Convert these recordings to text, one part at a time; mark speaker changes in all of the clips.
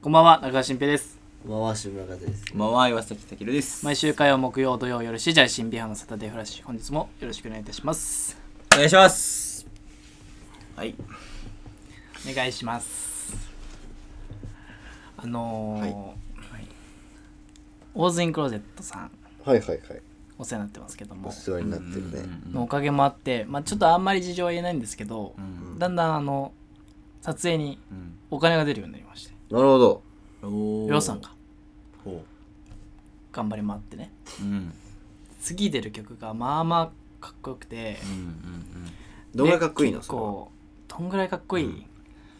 Speaker 1: こんばんは、中川新平です。
Speaker 2: こんばんは、志村和也です。
Speaker 3: こんばんは、岩崎たけるです。
Speaker 1: 毎週火曜、木曜、土曜、夜7時、新平のサタデーフラッシュ。本日もよろしくお願いいたします。
Speaker 3: お願いします。はい。
Speaker 1: お願いします。あのー
Speaker 3: はい
Speaker 1: はいオーズインクローゼットさん、
Speaker 2: はいはいはい。
Speaker 1: お世話になってますけど
Speaker 2: お
Speaker 1: も、
Speaker 2: 世話になってるね。
Speaker 1: のおかげもあって、まあ、ちょっとあんまり事情は言えないんですけど、
Speaker 3: うん
Speaker 1: だんだんあの撮影にお金が出るようになりまして、
Speaker 2: なるほど。
Speaker 3: うん。
Speaker 1: 予算が
Speaker 3: ほ
Speaker 1: 頑張り回ってね、
Speaker 3: う。うん。
Speaker 1: 次出る曲がまあまあかっこよくて、
Speaker 3: うんうん
Speaker 2: どんぐらいかっこいいの
Speaker 1: 結
Speaker 2: それは
Speaker 1: 構どんぐらいかっこいい、
Speaker 3: うん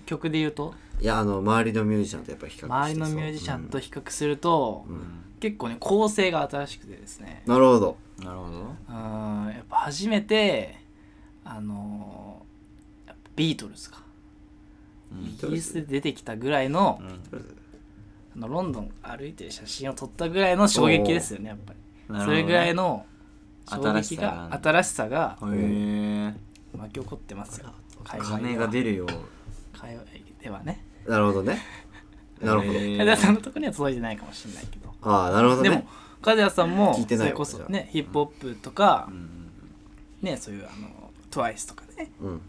Speaker 1: 曲で言うと
Speaker 2: いや、あの、周りのミュージシャンとやっぱ比較してそう
Speaker 1: 周りのミュージシャンと比較すると、
Speaker 2: う
Speaker 3: うん
Speaker 2: ん
Speaker 1: 結構ね構成が新しくてですね
Speaker 2: なるほど。
Speaker 3: うん。なるほど。
Speaker 1: うんやっぱ初めてあのーやっぱビートルズが
Speaker 3: うん
Speaker 1: イギリスで出てきたぐらいの,、
Speaker 2: とり
Speaker 1: あのロンドン歩いてる写真を撮ったぐらいの衝撃ですよねやっぱり、
Speaker 3: なるほどね
Speaker 1: それぐらい。の衝
Speaker 3: 新し
Speaker 1: 撃
Speaker 3: さが
Speaker 1: が新しさが
Speaker 3: へえ。
Speaker 1: 巻き起こってますよ海外では
Speaker 3: 金が出るよ。
Speaker 1: 海外ではね
Speaker 2: あえずなるほどね。なるほど。
Speaker 3: へえ
Speaker 1: 武田さんのとこには届いてないかもしれないけど
Speaker 2: ああ、なるほど
Speaker 1: で
Speaker 2: ね。
Speaker 1: も和也さんも
Speaker 2: 聞いて
Speaker 1: そ
Speaker 2: な
Speaker 1: れ
Speaker 2: いわ
Speaker 1: こそ
Speaker 2: じゃあ
Speaker 1: ねヒップホップとか
Speaker 3: う、ん
Speaker 1: ねそういうあの TWICE とかね
Speaker 2: うん。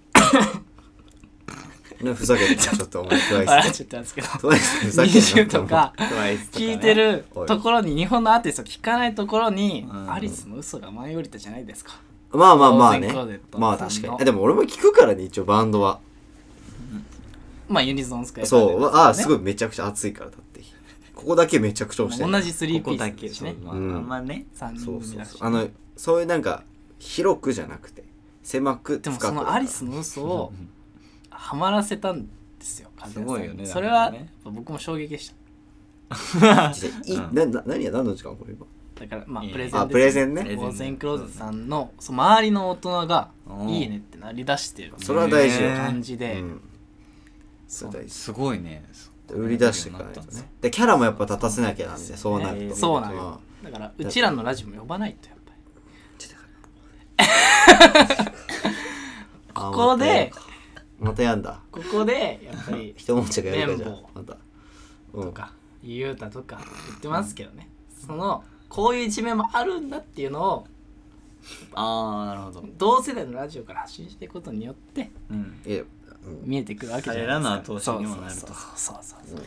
Speaker 2: ね、ふざけて ちょっとお前、トワイ
Speaker 1: 笑っ
Speaker 2: ス。
Speaker 1: ちゃったんですけど
Speaker 2: トワイスふざけんな
Speaker 1: 20とか
Speaker 3: トワイスとかね
Speaker 1: 聞いてる
Speaker 2: おい
Speaker 1: ところに日本のアーティスト聞かないところに
Speaker 3: うん
Speaker 1: アリスの嘘が舞い降りたじゃないですか
Speaker 2: まあまあまあね
Speaker 1: ローゼンクローゼットさんの
Speaker 2: まあ確かにえでも俺も聞くからね一応バンドは
Speaker 1: まあユニゾンスカイ
Speaker 2: そうああすご
Speaker 1: い
Speaker 2: いめちゃくちゃ熱いからだってここだけめちゃくちゃ押してる
Speaker 1: 同じスリーピ
Speaker 3: ここだ
Speaker 1: ース
Speaker 3: け
Speaker 1: ですね
Speaker 3: そうまああ
Speaker 2: うん
Speaker 3: んまね。
Speaker 1: 3
Speaker 2: そ
Speaker 1: 人
Speaker 2: うそ
Speaker 1: 組
Speaker 2: う
Speaker 1: だ
Speaker 2: そ
Speaker 1: し
Speaker 2: うあのそういうなんか広くじゃなくて狭く
Speaker 1: で
Speaker 2: 使
Speaker 1: も
Speaker 2: うと
Speaker 1: そのアリスの嘘を
Speaker 3: うん
Speaker 1: はまらせたんですよ和也さんに
Speaker 3: すごいよね
Speaker 1: それは
Speaker 3: だからね
Speaker 1: 僕も衝撃でした
Speaker 2: い
Speaker 3: うん
Speaker 2: なな何や何の時間これ今
Speaker 1: だからまあ
Speaker 3: いいね
Speaker 1: プレゼンです
Speaker 2: あプレゼン
Speaker 3: プレ
Speaker 2: ね
Speaker 3: ゼン
Speaker 1: オーゼンクローゼットさんのそう周りの大人が
Speaker 3: う
Speaker 1: 「
Speaker 3: ん
Speaker 1: いいね」ってなりだしてる
Speaker 2: それは大事よ
Speaker 3: ね
Speaker 1: 感じで、
Speaker 2: うんそれ大事
Speaker 3: すごいね。
Speaker 2: 売り出していかないとねでキャラもやっぱ立たせなきゃなんでそうなると
Speaker 1: そうなの
Speaker 2: ん
Speaker 1: よだからうちらのラジオも呼ばないとやっぱり
Speaker 2: あ
Speaker 1: ここで
Speaker 2: またやんだ
Speaker 1: ここでやっぱり
Speaker 2: 人持ちがやるからじゃ
Speaker 1: 綿棒
Speaker 2: あまた
Speaker 1: と
Speaker 2: うん
Speaker 1: かゆうたとか言ってますけどねそのこういう一面もあるんだっていうのを
Speaker 3: ああ、なるほど。
Speaker 1: 同世代のラジオから発信していくことによって
Speaker 3: うん。
Speaker 2: いやうん
Speaker 1: 見えてくるわけじゃないですか
Speaker 3: 彼らの後押しにもなると
Speaker 1: そうそうそうそうそうそう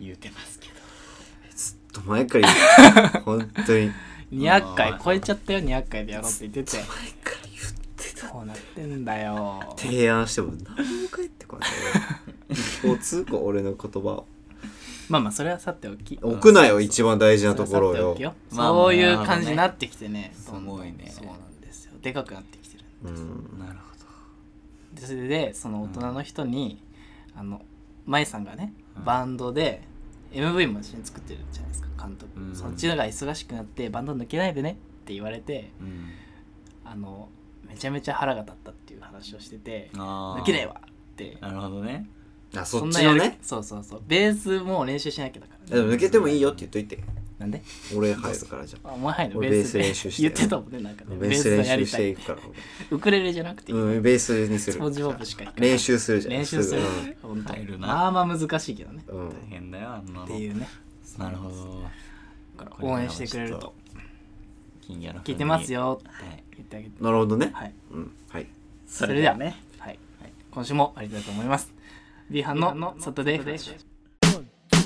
Speaker 1: 言うてますけど
Speaker 2: ずっと前から 言って本当に
Speaker 1: 200回超えちゃったよ200回でやろうって言ってて
Speaker 2: 前から言ってた
Speaker 1: こうなってんだよ
Speaker 2: 提案しても何も返ってこない 交通行俺の言葉を
Speaker 1: まあまあそれはさておき
Speaker 2: 置くなよ一番大事なところをよ
Speaker 3: まあ
Speaker 1: そういう感じになってきてね
Speaker 3: まあまあなるほど
Speaker 1: ど
Speaker 3: ね
Speaker 1: んどん
Speaker 3: す
Speaker 1: そう
Speaker 3: ごいね
Speaker 1: なんですよでかくなってきてる
Speaker 2: うん
Speaker 3: なるほど。
Speaker 1: でそれでその大人の人に、あの舞さんがね
Speaker 3: うん
Speaker 1: バンドで MV も一緒に作ってるじゃないですか監督、
Speaker 3: うん
Speaker 1: そっちのが忙しくなってバンド抜けないでねって言われて
Speaker 3: うん。
Speaker 1: あのめちゃめちゃ腹が立ったっていう話をしてて
Speaker 3: ああ。
Speaker 1: 抜けないわって
Speaker 3: なるほどね。
Speaker 2: あそっ
Speaker 1: な
Speaker 2: ちの
Speaker 1: やる
Speaker 2: ね
Speaker 1: 気そうそうそうベースもう練習しなきゃだから、
Speaker 2: でも抜けてもいいよって言っといて
Speaker 1: なんで
Speaker 2: 俺入るからじゃ
Speaker 1: あお前はいの
Speaker 2: 俺
Speaker 1: ベースで
Speaker 2: ベース練習して
Speaker 1: 言ってたもんねなんかね
Speaker 2: んベース練習してい
Speaker 1: ベース
Speaker 2: くから
Speaker 1: やりたいウクレレじゃなくていい、
Speaker 2: うんベースにする
Speaker 1: スポーツボブしか弾かない
Speaker 2: 練習するじゃん
Speaker 1: 練習する
Speaker 2: ぐ
Speaker 1: 本当
Speaker 3: 入るな
Speaker 1: まあまあ難しいけどね
Speaker 2: うんうん
Speaker 3: 大変だよ、あんなの。
Speaker 1: っていうね
Speaker 3: なるほど。
Speaker 1: だから応援してくれると
Speaker 3: 金魚の風
Speaker 1: 聞
Speaker 3: に
Speaker 1: いてます。よって
Speaker 3: はい。
Speaker 1: 言ってあげて
Speaker 2: なるほどね
Speaker 1: はい
Speaker 2: うんはい
Speaker 1: それではねはいはい今週もありたいと思います B 班のサタデーフラッシュ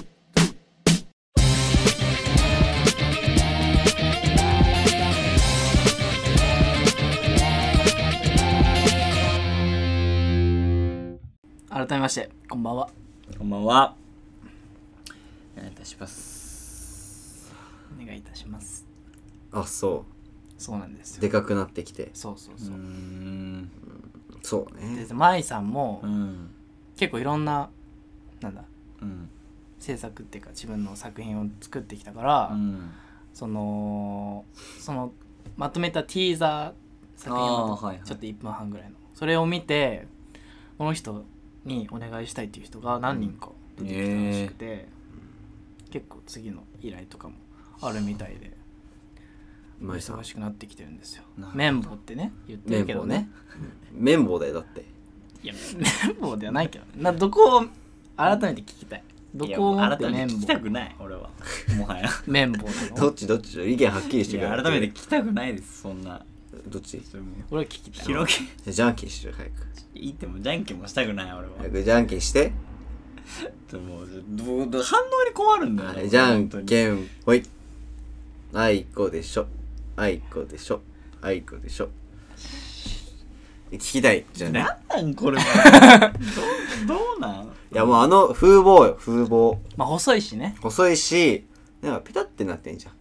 Speaker 1: 改めましてこんばんは
Speaker 3: こんばんは。お願いいたします。
Speaker 1: お願いいたします
Speaker 2: あそ
Speaker 1: そうなんです
Speaker 2: う
Speaker 1: よ
Speaker 2: でかくなってきて
Speaker 1: そうそう
Speaker 3: うー
Speaker 1: そう、
Speaker 3: ん。
Speaker 2: そうね
Speaker 1: で舞さんも
Speaker 3: うん。
Speaker 1: 結構いろんななんだ
Speaker 3: うん。
Speaker 1: 制作っていうか自分の作品を作ってきたから、
Speaker 3: うん。
Speaker 1: そのそのまとめたティーザー作品
Speaker 3: あ
Speaker 1: を
Speaker 3: ーはいはい
Speaker 1: ちょっと1分半ぐらいの、それを見てこの人にお願いしたいっていう人が何人か出てきたらしくて、結構次の依頼とかもあるみたいで
Speaker 2: マイさん
Speaker 1: 忙しくなってきてるんですよ
Speaker 3: なるほど
Speaker 1: 綿棒ってね言ってるけ
Speaker 2: 綿
Speaker 1: ど
Speaker 2: 棒
Speaker 1: ね
Speaker 2: ね綿棒だよだって
Speaker 1: いや綿棒ではないけどなどこを改めて聞きたいどこを持って
Speaker 3: 改め
Speaker 1: 綿
Speaker 3: て聞
Speaker 1: 棒
Speaker 3: きたくない俺はもはや
Speaker 1: 綿棒と
Speaker 2: ど
Speaker 1: か
Speaker 2: っちどっち意見はっきりし
Speaker 3: い
Speaker 2: てくれ
Speaker 3: や改めて聞きたくないですそんな
Speaker 2: どっち
Speaker 3: それもう
Speaker 1: 俺は聞きたい
Speaker 3: 広げ
Speaker 2: じゃんけんしろよ早く
Speaker 3: いいってもうじゃんけんもしたくない俺は
Speaker 2: 早くじゃんけんして
Speaker 3: でもうどうどう反応に困るんだよ、
Speaker 2: はいじゃん
Speaker 3: ん
Speaker 2: けんほいあいこでしょあいこでしょあいこでしょ聞きたいじゃあね
Speaker 3: なんなんこれはどうどうなん
Speaker 2: いやもうあの風貌よ風貌
Speaker 1: まあ細いしね
Speaker 2: 細いしなんかペタってなってんじゃん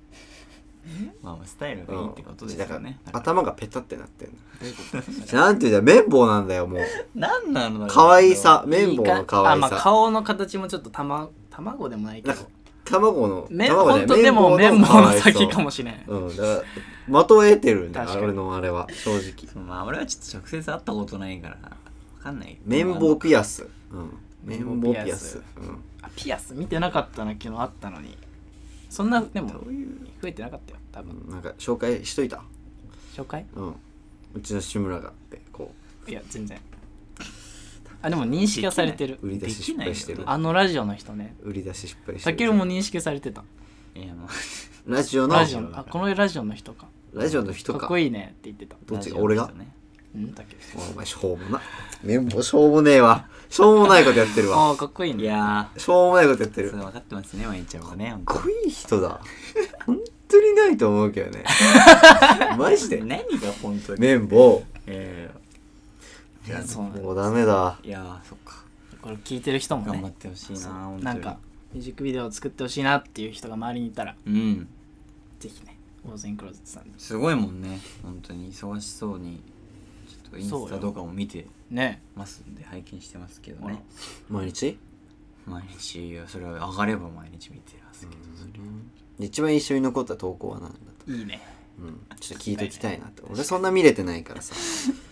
Speaker 3: まあまあスタイルがいいってことです
Speaker 2: だか
Speaker 3: よ
Speaker 2: ら
Speaker 3: ね、だから
Speaker 2: 頭がペタってなってんの なんていうんだよ綿棒なんだよもう
Speaker 3: なんなの
Speaker 2: 可愛さ綿棒の可
Speaker 1: あ
Speaker 2: 愛
Speaker 1: まあ
Speaker 2: さ
Speaker 1: 顔の形もちょっとたま卵でもないけ
Speaker 2: なん
Speaker 1: ど
Speaker 2: か卵の
Speaker 1: め
Speaker 2: 卵
Speaker 1: ほんとでも綿棒の先かもしれん
Speaker 2: うんだからまとえてるんだよ
Speaker 1: 確かに
Speaker 2: 俺のあれは正直
Speaker 3: そうまあ俺はちょっと直接会ったことないからわかんない
Speaker 2: 綿棒ピアスうん綿
Speaker 1: 綿
Speaker 2: 棒
Speaker 1: 棒
Speaker 2: ピ
Speaker 1: ピ
Speaker 2: ア
Speaker 1: ア
Speaker 2: ス
Speaker 1: ス
Speaker 2: うん
Speaker 1: あピアス見てなかったな昨日あったのにそんなでも
Speaker 3: どういう
Speaker 1: 増えてなかったよ多分
Speaker 2: なんか紹介しといた
Speaker 1: 紹介
Speaker 2: うんうちの志村がってこ
Speaker 1: いや全然あでも認識はされてる
Speaker 2: う売り出し失敗して
Speaker 3: で
Speaker 2: る
Speaker 3: きな
Speaker 1: あのラジオの人ね
Speaker 2: 売り出し失敗して
Speaker 1: た
Speaker 2: る
Speaker 1: けるも認識されてた
Speaker 3: いやもう
Speaker 2: ラジオの
Speaker 1: ラジオのあこのラジオの人か
Speaker 2: ラジオの人
Speaker 1: か
Speaker 2: か
Speaker 1: っこいいねって言ってた
Speaker 2: どっちが
Speaker 3: ラジオの人
Speaker 2: 俺が
Speaker 3: ね
Speaker 1: うんたける
Speaker 2: お前しょうもな綿棒しょうもねえわしょうもないことやってるわ
Speaker 1: ああかっこいいね
Speaker 3: いや
Speaker 2: しょうもないことやって
Speaker 3: ー
Speaker 2: る
Speaker 3: そ
Speaker 2: か
Speaker 3: れ分かってますねまいちゃんはね本
Speaker 2: っこいい人だ本当にないと思うけどね マジ
Speaker 3: 当
Speaker 2: で
Speaker 3: に何が本当に
Speaker 2: 綿棒
Speaker 3: え
Speaker 1: いやそうなんだ
Speaker 2: もうダメだ
Speaker 3: ーいやーそっか
Speaker 1: これ聞いてる人も
Speaker 3: 頑張っ
Speaker 1: ね
Speaker 3: てほしいな
Speaker 1: そう
Speaker 3: 本当に
Speaker 1: なんかミュージックビデオを作ってほしいなっていう人が周りにいたら
Speaker 3: うん
Speaker 1: ぜひねオーズインクローゼットさんに
Speaker 3: すごいもんね本当に忙しそうにちょっとイン
Speaker 1: そう
Speaker 3: スタ
Speaker 1: よ
Speaker 3: とかも見て
Speaker 1: ね
Speaker 3: ますんで拝見してますけど
Speaker 1: ほら
Speaker 3: ね
Speaker 2: 毎日
Speaker 3: 毎日それは上がれば毎日見てますけどそれ
Speaker 2: で一番印象に残った投稿は何だった
Speaker 1: いいね
Speaker 2: うんちょっと聞いときたいなって俺そんな見れてないからさ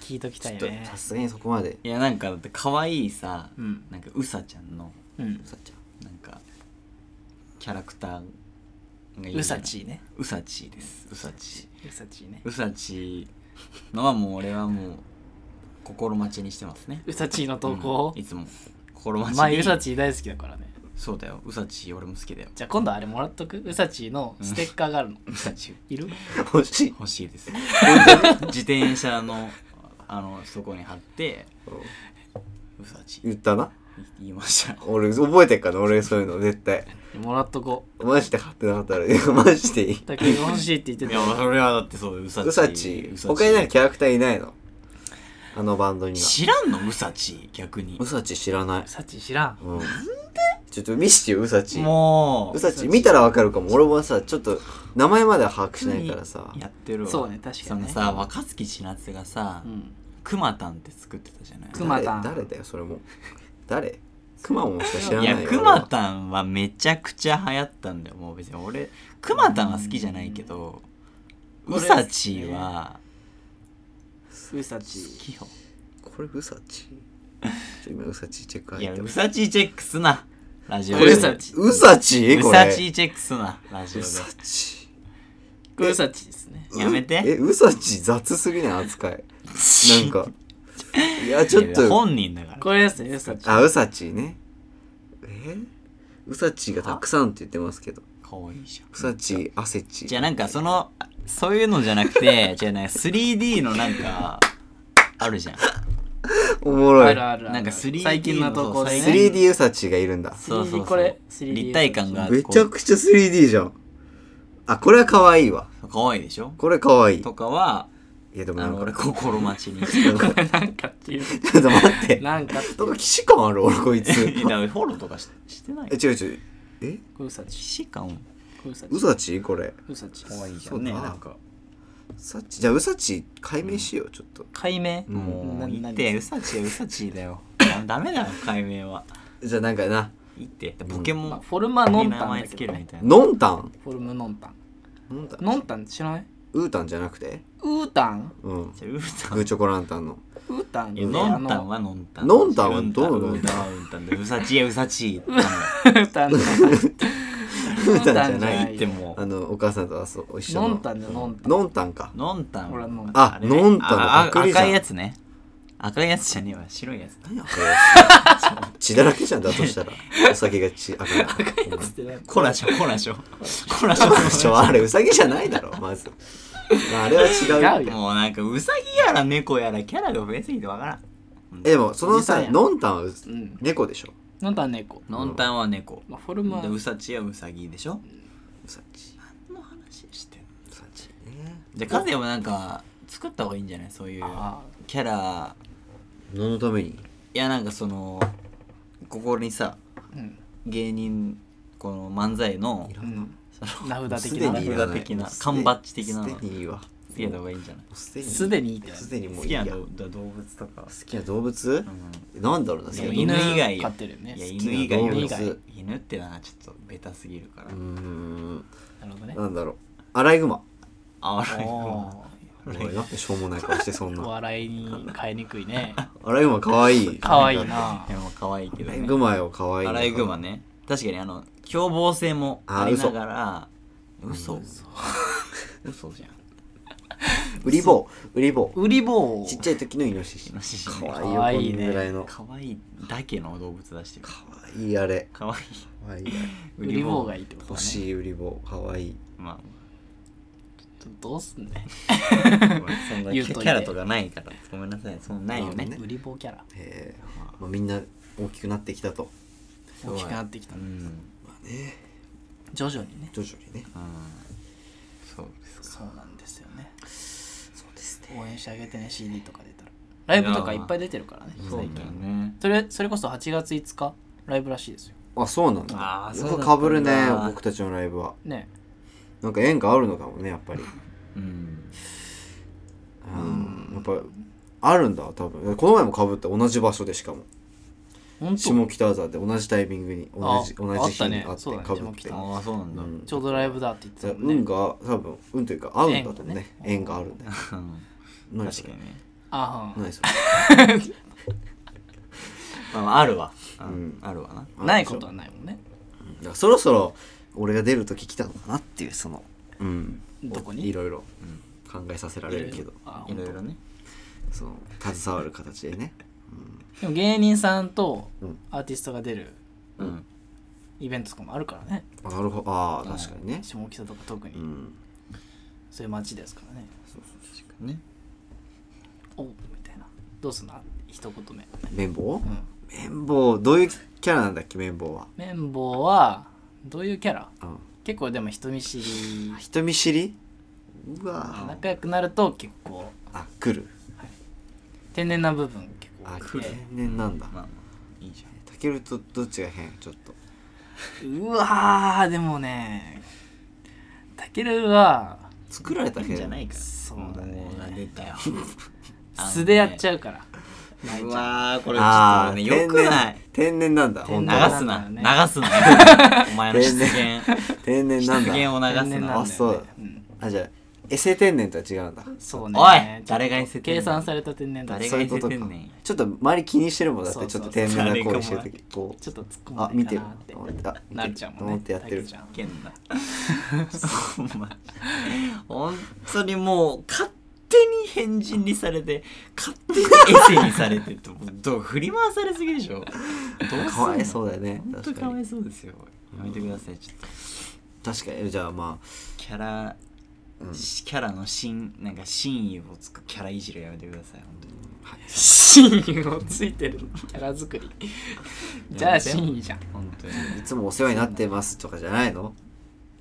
Speaker 1: 聞いときた
Speaker 2: ちょっ
Speaker 1: い
Speaker 2: と
Speaker 1: ね
Speaker 2: さすがにそこまで
Speaker 3: いやなんかだって可愛いさ
Speaker 1: うん
Speaker 3: なんかうさちゃんの
Speaker 1: うん
Speaker 2: さっちゃ
Speaker 3: なんかキャラクターがいるじゃないう
Speaker 1: さちーね
Speaker 3: うさちーですうさち
Speaker 1: うさちーね
Speaker 3: ーうさちーのはもう俺はもう心待ちにしてますね
Speaker 1: うさちーの投稿
Speaker 3: うんいつも心待ち
Speaker 1: 前うさ
Speaker 3: ー
Speaker 1: ちー大好きだからね
Speaker 3: そうだようさちー俺も好きだよ
Speaker 1: じゃあ今度あれもらっとくうさちーのステッカーがあるの
Speaker 3: うさちー
Speaker 1: いる
Speaker 2: ん欲しい
Speaker 3: 欲しい です自転車のあのそこに貼ってうさち
Speaker 2: 言ったな
Speaker 3: 言いました
Speaker 2: 俺覚えてっから俺そういうの絶対
Speaker 1: もらっとこ
Speaker 2: マジで買ってなかったらい やマジでいいう
Speaker 1: 竹井が欲しいって言っ
Speaker 3: い
Speaker 1: てた
Speaker 3: やそれはだってそううさち
Speaker 2: うさち
Speaker 3: うさ
Speaker 2: 他になんかキャラクターいないのあのバンドには
Speaker 3: 知らんのうさち逆に
Speaker 2: うさち知らないう
Speaker 1: さちー知らん
Speaker 2: うんちょっと見してようさち
Speaker 3: もう
Speaker 2: うさち見たらわかるかも俺もさちょっと名前までは把握しないからさ
Speaker 3: やってるわ
Speaker 1: そうね確かにね
Speaker 3: そのさ若槻千夏がさ
Speaker 1: うん
Speaker 3: くまたんって作ってたじゃない
Speaker 1: くまたん
Speaker 2: 誰誰だよそれも誰くまもしか知らないいよ
Speaker 3: やくまたんはめちゃくちゃ流行ったんだよもう別に俺くまたんは好きじゃないけど
Speaker 1: うん
Speaker 3: うさちは
Speaker 1: うさ
Speaker 3: 好
Speaker 1: ちー
Speaker 3: きよ
Speaker 2: これうさちちょ今うさちチェック
Speaker 3: い
Speaker 2: 入
Speaker 3: や
Speaker 2: って
Speaker 3: う
Speaker 2: る
Speaker 3: さちチェックすなラジオ
Speaker 1: こ
Speaker 3: で
Speaker 1: れうさち
Speaker 2: うさち
Speaker 3: う
Speaker 2: こ
Speaker 3: さ
Speaker 2: れ
Speaker 3: ちチェックすなラジオ
Speaker 2: う
Speaker 3: で
Speaker 2: さち
Speaker 1: これうさちーですね
Speaker 3: やめて
Speaker 2: えうさち雑すぎない扱いなん かいやちょっ
Speaker 3: いや
Speaker 2: と
Speaker 3: 本人だから
Speaker 1: これですねうさちー
Speaker 2: あうさちねえうさちがたくさんって言ってますけど
Speaker 3: かわいいじゃん
Speaker 2: うさちあせち
Speaker 3: じゃあなんかそのそういうのじゃなくてじゃあね 3D のなんかあるじゃん
Speaker 2: おもろ
Speaker 1: あ
Speaker 2: い
Speaker 1: るあるある
Speaker 3: なんか 3D
Speaker 1: 最近の投稿で
Speaker 3: そう
Speaker 1: ね
Speaker 2: 3D うさちがいるんだ
Speaker 3: そうそうそう
Speaker 1: 3D これ 3D
Speaker 3: 立体感がこう
Speaker 2: めちゃくちゃ 3D じゃんあこれは可愛いわ
Speaker 3: かわいいでしょ
Speaker 2: これ可愛い
Speaker 3: とかはい
Speaker 2: やでも
Speaker 3: あ
Speaker 2: なん
Speaker 3: の
Speaker 2: か
Speaker 3: 俺心待ちに
Speaker 2: なんか
Speaker 1: なんかっていう
Speaker 2: ちょっと待ってな
Speaker 1: なんかっていうん
Speaker 2: か既視感ある俺こ いつ
Speaker 3: い やだからフォローとかししてない
Speaker 2: え違う違うえ
Speaker 1: これうさち
Speaker 3: 既視感
Speaker 1: これうさち
Speaker 2: うさちこれ
Speaker 1: うさち
Speaker 3: かわいい
Speaker 1: い
Speaker 3: じゃんね
Speaker 2: そうだ
Speaker 3: なんか
Speaker 2: うさちじゃあうさち解明しようちょっと
Speaker 1: 解明
Speaker 2: うん
Speaker 3: もういいっ
Speaker 1: な
Speaker 3: て
Speaker 1: な
Speaker 3: うさちうさちだよ あダメだよ解明は
Speaker 2: じゃあなんかない
Speaker 3: いってポケモ
Speaker 1: まあ
Speaker 3: ン
Speaker 1: フォルムはノ
Speaker 3: に
Speaker 1: ン
Speaker 3: 名
Speaker 1: タン
Speaker 3: 前
Speaker 1: だ
Speaker 3: つ
Speaker 1: け
Speaker 3: け
Speaker 1: ど
Speaker 3: る
Speaker 1: ね
Speaker 3: みたいな
Speaker 2: ノンタン
Speaker 1: フォルムノンタン
Speaker 2: ノンタン
Speaker 1: ノンタンって知らない
Speaker 2: ウータンじゃなくて
Speaker 1: ウータン
Speaker 2: うん
Speaker 3: じゃあウータ
Speaker 2: グー
Speaker 3: ン
Speaker 2: チョコランタンの
Speaker 1: ウータンっ
Speaker 3: い
Speaker 1: て
Speaker 3: やノンタンはノンタン
Speaker 2: ノンタンはどうなの
Speaker 3: ウータンはウータンでうさちやうさちなのよ
Speaker 1: あのウータンのウー
Speaker 2: タンじゃない
Speaker 3: 言っても
Speaker 2: あのお母さんと遊ぶ一緒の
Speaker 1: ノンタンだよノンタン
Speaker 2: ノンタンか
Speaker 3: ノンタン
Speaker 1: ほらノンタン
Speaker 2: あ
Speaker 3: れね
Speaker 2: ノンタンの
Speaker 3: ああ
Speaker 2: パクリじゃん
Speaker 3: 赤いやつね赤いやつじゃねえわ白いやつ
Speaker 2: 何赤いやつ血だらけじゃんだと したらお酒が血赤いや
Speaker 1: 赤いやつってなんか
Speaker 3: コラショコラショコラシ
Speaker 2: つ
Speaker 3: ョ
Speaker 2: あれウサギじゃないだろまず、まあ、あれは違う
Speaker 1: 違うよ
Speaker 3: もうなんかウサギやら猫やらキャラが増えすぎてわからん
Speaker 2: えでもその
Speaker 1: お
Speaker 2: さ
Speaker 1: じさんやん
Speaker 2: ノンタンはう
Speaker 1: うん
Speaker 2: 猫でしょ
Speaker 1: なんだ猫
Speaker 3: ノンタンは猫
Speaker 1: まあフォルムは
Speaker 3: でウサチはウサギでしょ
Speaker 2: ウサチ
Speaker 3: 何の話してんの
Speaker 2: ウサチね
Speaker 3: じゃあカズヤもなんか作った方がいいんじゃないそういう
Speaker 1: あ
Speaker 3: キャラ
Speaker 2: 何のために
Speaker 3: いやなんかそのここにさ
Speaker 1: ーうん
Speaker 3: 芸人この漫才の
Speaker 2: いら
Speaker 1: うん
Speaker 2: なん
Speaker 3: その
Speaker 1: 名札
Speaker 2: す
Speaker 1: 的
Speaker 2: で
Speaker 1: な
Speaker 2: にいらない
Speaker 3: 名札的な
Speaker 2: もうすで
Speaker 3: 缶バッジ的なの
Speaker 2: すでにいいわ
Speaker 3: つけた方がいいんじゃない
Speaker 2: もうすでに
Speaker 1: すでにいいって
Speaker 2: すでにも
Speaker 3: 好
Speaker 2: ういい
Speaker 3: きな
Speaker 2: や
Speaker 3: 動
Speaker 2: 好
Speaker 3: 物とか
Speaker 2: きな動物
Speaker 3: うん
Speaker 2: なんだろうな
Speaker 3: で
Speaker 2: 好
Speaker 3: も
Speaker 2: き
Speaker 3: 犬
Speaker 2: な
Speaker 3: 以外よ
Speaker 1: 飼ってるよね
Speaker 3: いや
Speaker 1: 好
Speaker 2: きな
Speaker 3: 犬以外よ
Speaker 1: 動物
Speaker 3: 犬ってのはちょっとベタすぎるから、
Speaker 2: うーん
Speaker 1: なるほどね
Speaker 2: なんだろうアライグマ
Speaker 3: あ笑い
Speaker 1: お
Speaker 2: おいなんかしょうもない顔してそん
Speaker 1: ーお
Speaker 2: な
Speaker 1: 笑いに変えにくいね
Speaker 2: アライグマ可愛い
Speaker 1: 可愛いな
Speaker 3: でも可愛いけ
Speaker 2: ア
Speaker 3: ど
Speaker 2: ラ
Speaker 3: ね
Speaker 2: イグマよ可愛い
Speaker 3: アライグマね確かにあの凶暴性もありながら嘘嘘じゃん
Speaker 2: ウリボウウリボ
Speaker 1: ウリボ
Speaker 2: ウちっ
Speaker 1: ー
Speaker 2: ちゃい時のイノシシ
Speaker 3: イノシシね
Speaker 2: 可
Speaker 1: 可
Speaker 2: 愛
Speaker 1: 愛
Speaker 2: い
Speaker 1: い
Speaker 2: よ
Speaker 1: ね
Speaker 2: こんぐらいの
Speaker 3: 可愛いだけの動物出してる
Speaker 2: 可愛いあれ
Speaker 3: 可愛い
Speaker 2: 可愛いあれ
Speaker 1: ウリボーがいいってこと
Speaker 2: 欲
Speaker 1: だね
Speaker 2: しいウリボ可愛い
Speaker 3: ま
Speaker 1: ちょっとどうすんね
Speaker 3: あそんなキ
Speaker 1: 言うといて
Speaker 3: ャキャラとかないからごめんなさいそんなないよ
Speaker 2: な
Speaker 3: ね
Speaker 2: る
Speaker 1: ウリボーキャラ
Speaker 2: えーまあみんな大きくなってきたと
Speaker 3: すご
Speaker 1: 大
Speaker 3: い
Speaker 1: きくなってきた
Speaker 3: う
Speaker 1: ね
Speaker 3: ん
Speaker 2: まあね
Speaker 1: 徐々にね
Speaker 2: 徐々にね
Speaker 3: うんそうですか
Speaker 1: そうなんですよね
Speaker 2: そうです
Speaker 1: 応援してあげてね CD とか出たらライブとかいっぱい出てるからね
Speaker 3: そう
Speaker 1: 最
Speaker 3: だよ
Speaker 1: 近
Speaker 3: ね
Speaker 1: それそれこそ8月5日ライブらしいですよ
Speaker 2: あそうなんだ
Speaker 3: あー
Speaker 2: よ
Speaker 3: そう
Speaker 2: く
Speaker 3: だ
Speaker 2: かぶるね
Speaker 3: ったんだ
Speaker 2: 僕たちのライブは
Speaker 1: ね
Speaker 2: なんか縁があるのかもねやっぱり
Speaker 3: うん
Speaker 2: うんやっぱあるんだ多分この前もかぶった同じ場所でしかも
Speaker 1: 本当
Speaker 2: 下北沢で同じタイミングに同じ
Speaker 1: あ
Speaker 2: 同じ日に
Speaker 1: あったね
Speaker 2: あって
Speaker 1: そうだね
Speaker 2: かぶって、
Speaker 1: 下北
Speaker 3: ああそうなん
Speaker 2: う
Speaker 3: だ
Speaker 2: ん、
Speaker 1: ちょうどライブだって言ってたもんね
Speaker 2: 運が多分運というか合うんだと思うね
Speaker 1: 縁がね
Speaker 2: 縁があるんだよ
Speaker 3: うん
Speaker 2: 何
Speaker 3: 確
Speaker 2: そ
Speaker 3: か
Speaker 2: れ
Speaker 3: にね
Speaker 1: あ
Speaker 2: 何それ
Speaker 3: まあまああるわうんんあるわな
Speaker 1: あないことはないもんね
Speaker 2: うんだからそろそろ俺が出る時来たのかなっていうそのうん
Speaker 1: どこ
Speaker 2: い
Speaker 1: に
Speaker 2: ろいろ
Speaker 3: うん
Speaker 2: 考えさせられるけど
Speaker 1: あ
Speaker 3: いろいろね
Speaker 2: その携わる形でね
Speaker 1: でも芸人さんと
Speaker 2: うん
Speaker 1: アーティストが出る
Speaker 3: うん
Speaker 1: イベントとかもあるからね
Speaker 2: あなるほどああ確かにね
Speaker 1: 下北とか特
Speaker 2: う
Speaker 1: に
Speaker 2: ん
Speaker 1: そういう街ですからね
Speaker 3: 確かにね
Speaker 1: おうみたいなどうすんの一言目
Speaker 2: 綿棒
Speaker 1: うん
Speaker 2: 綿棒どういうキャラなんだっけ綿棒は
Speaker 1: 綿棒はどういうキャラ
Speaker 2: うん
Speaker 1: 結構でも人見知り
Speaker 2: 人見知りうわ
Speaker 1: 仲良くなると結構
Speaker 2: ーあ来る
Speaker 1: 天然な部分結
Speaker 2: あ
Speaker 1: 構多い
Speaker 2: 天
Speaker 1: ね
Speaker 2: 然なんだ
Speaker 3: まあまあいいじゃん
Speaker 2: たけるとどっちが変ちょっと
Speaker 1: うわーでもねたけるは
Speaker 2: 作られた変
Speaker 3: じゃないから
Speaker 1: そうだね
Speaker 3: もう出 たよ
Speaker 1: 素でやっち
Speaker 3: ゃ
Speaker 1: ゃうから
Speaker 3: うわーこれちょっ
Speaker 2: あ
Speaker 3: と
Speaker 2: あ
Speaker 3: ねよくない
Speaker 2: 天然天然なんだ本
Speaker 1: 天
Speaker 3: 流
Speaker 2: 当
Speaker 1: 然
Speaker 2: は
Speaker 3: すな
Speaker 1: 天然
Speaker 3: 流
Speaker 1: なんだ
Speaker 3: すな お前の失言
Speaker 2: 天然なん
Speaker 3: 失言
Speaker 2: だ
Speaker 3: を流す
Speaker 1: 天然
Speaker 3: な
Speaker 1: なん
Speaker 2: あそう
Speaker 1: うん
Speaker 2: あじゃあエセ天然とは違うんだ
Speaker 1: そうね
Speaker 3: おい誰が言ってんの
Speaker 1: 計算された天然だ
Speaker 3: 誰
Speaker 1: ち
Speaker 2: そ
Speaker 1: ょ
Speaker 2: う
Speaker 1: っ
Speaker 2: いうことか
Speaker 3: エセ天然
Speaker 2: ちょっと周り気にしてるもんだっ
Speaker 1: そ
Speaker 2: て
Speaker 1: う
Speaker 2: ち
Speaker 1: そ
Speaker 2: ょ
Speaker 1: うそ
Speaker 2: っ
Speaker 1: う
Speaker 2: と天然な行為してる時こう
Speaker 1: と突っ込ん
Speaker 2: あ
Speaker 1: で
Speaker 2: 見てる
Speaker 1: かなって
Speaker 2: と思ってあ見
Speaker 1: な
Speaker 2: て
Speaker 1: る
Speaker 2: る
Speaker 1: ち
Speaker 2: と
Speaker 1: ゃうもん
Speaker 2: 思
Speaker 1: ね
Speaker 2: ってやってる
Speaker 1: たけちゃん
Speaker 3: けんな お前本当にもう勝手に変人にされて勝手にエセにされてとどう振り回されすぎでしょどうすんの
Speaker 2: かわいそうだよね
Speaker 3: 本当
Speaker 2: 確
Speaker 3: か
Speaker 2: か
Speaker 3: わ
Speaker 2: に
Speaker 3: いそうですよやめてくださいちょっと
Speaker 2: 確かにじゃあまあ
Speaker 3: キャラ
Speaker 2: うんはい
Speaker 3: キャラの真なんか真意をつくキャラいじりはやめてください本当に
Speaker 1: 真意をついてるキャラ作りじゃあ真意じゃん
Speaker 3: 本当に
Speaker 2: いつもお世話になってますとかじゃないの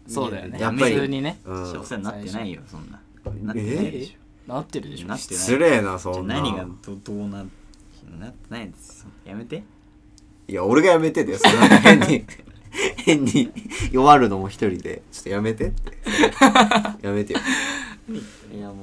Speaker 1: そうだよね
Speaker 2: やっぱり
Speaker 1: 普通にね
Speaker 2: うん
Speaker 3: お世話になってないよそんななってないで
Speaker 2: え
Speaker 3: し
Speaker 1: なってるでし
Speaker 3: ょ
Speaker 1: ょ
Speaker 3: なってない
Speaker 2: 失礼な
Speaker 3: じゃ
Speaker 2: そ
Speaker 3: あ
Speaker 2: んな
Speaker 3: 何がどどうななってないですよやめて
Speaker 2: いや、俺がやめてだよ。それなんか変に、変に弱るのも一人で、ちょっとやめてって。やめてよ。
Speaker 3: いやもう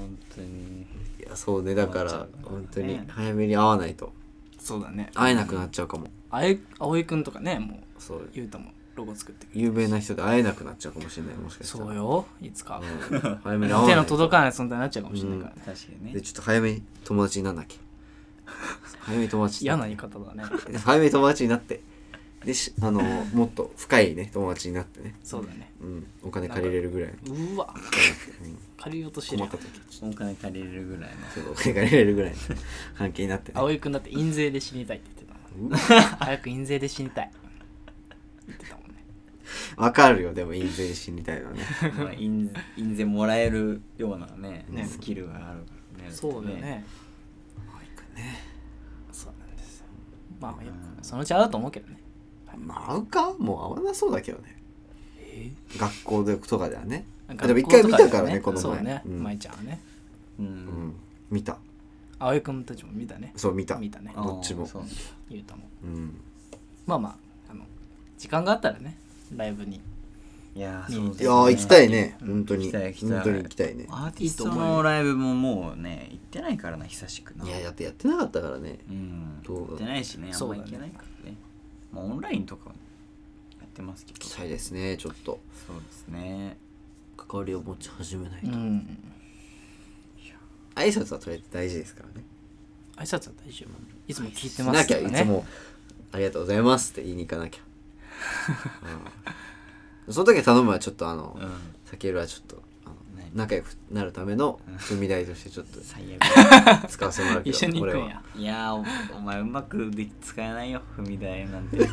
Speaker 3: 本当に
Speaker 2: いや、そうね、だから、
Speaker 3: 困っちゃうからね
Speaker 2: 本当に早めに会わないと。
Speaker 1: そうだね
Speaker 2: 会えなくなっちゃうかも。
Speaker 1: あえ葵くんとかねもう
Speaker 2: そう、
Speaker 1: ゆうたもロゴ作ってくれる
Speaker 2: 有名な人で会えなくなっちゃうかもしれない、もしかしたら。
Speaker 1: そうよいつか
Speaker 2: うん。早めに会わ
Speaker 1: 手
Speaker 2: な
Speaker 1: の
Speaker 2: いと。
Speaker 1: 届かない存在になっちゃうかもしれないからね
Speaker 3: 確かに
Speaker 2: で、
Speaker 3: ね
Speaker 2: ちょっと早めに 友達になんなきゃ。早めに友達に
Speaker 1: 嫌な
Speaker 2: っ
Speaker 1: 言
Speaker 2: て
Speaker 1: い方だね
Speaker 2: 早めに友達になって。でしあのもっと深いね友達になってね、
Speaker 1: そうだね
Speaker 2: うん、お金借りれるぐらいの
Speaker 1: うわ
Speaker 2: うん
Speaker 1: 借りようとしてるや
Speaker 2: 困っ
Speaker 1: ん
Speaker 2: た時
Speaker 3: お金借りれるぐらいの
Speaker 2: ちょっとお金借りれるぐらいの関係になってね
Speaker 1: 葵君だって印税で死にたいって言 って
Speaker 2: う
Speaker 1: た早く印税で死にたい言ってたもんね
Speaker 2: わかるよでも印税に死にたいのはね
Speaker 3: まあ印 印税もらえるようなね
Speaker 2: ね
Speaker 3: スキルがあるからね
Speaker 1: そうだよね
Speaker 2: 葵くんね
Speaker 1: そうなんですよまあいやそのうち会うと思うけどね
Speaker 2: まあ合うかもう合わなそうだけどね
Speaker 1: え
Speaker 2: 学校でとかではね
Speaker 1: なん
Speaker 2: でも一回見たからねこの前
Speaker 1: そうね
Speaker 2: うん
Speaker 1: 舞ちゃんはね
Speaker 3: う
Speaker 2: うん、
Speaker 3: ん
Speaker 2: 見た
Speaker 1: 葵君たちも見たね
Speaker 2: そう見た
Speaker 1: 見たね
Speaker 3: あー
Speaker 2: どっちも
Speaker 3: そうなんだ
Speaker 1: ゆうたも
Speaker 2: うん
Speaker 1: まあまああの時間があったらねライブに
Speaker 3: いやー
Speaker 1: 見
Speaker 3: そ
Speaker 1: に
Speaker 3: う
Speaker 1: 行
Speaker 3: で
Speaker 1: っ
Speaker 3: す
Speaker 2: い
Speaker 1: て
Speaker 3: ね
Speaker 2: やー行きたいね本当
Speaker 3: 行
Speaker 2: に
Speaker 3: きたい行きたい
Speaker 2: 本当に行きたいね
Speaker 3: アーティストのライブももうね行ってないからな久しくない
Speaker 2: やだってやってなかったからね
Speaker 3: うん
Speaker 2: どうだ
Speaker 3: 行ってないしねあん
Speaker 1: そう
Speaker 3: ま
Speaker 1: だね
Speaker 3: 行けないからねまあオンラインとかはやってますけど
Speaker 2: 行きたいですねちょっと
Speaker 3: そうですね
Speaker 2: 関わりを持ち始めない
Speaker 1: う
Speaker 2: と、
Speaker 1: ん
Speaker 2: 挨拶はとりあえず大事ですからね
Speaker 1: 挨拶は大丈夫いつも聞いて
Speaker 2: し
Speaker 1: ま
Speaker 2: な
Speaker 1: す
Speaker 2: き
Speaker 1: か
Speaker 2: ゃ
Speaker 1: ら
Speaker 2: い
Speaker 1: ね
Speaker 2: つも「ありがとうございます」って言いに行かなきゃ、うんその時は頼むはちょっとあの、
Speaker 3: うん
Speaker 2: 避けるはちょっとあの
Speaker 3: ね
Speaker 2: 仲良くなるための積み台としてちょっと
Speaker 3: 最悪
Speaker 2: 使わせてもらうけど
Speaker 1: 一緒に行くん
Speaker 2: 俺
Speaker 1: や
Speaker 2: はい
Speaker 3: やーおお前うまくでき使えないよ踏み台なんて結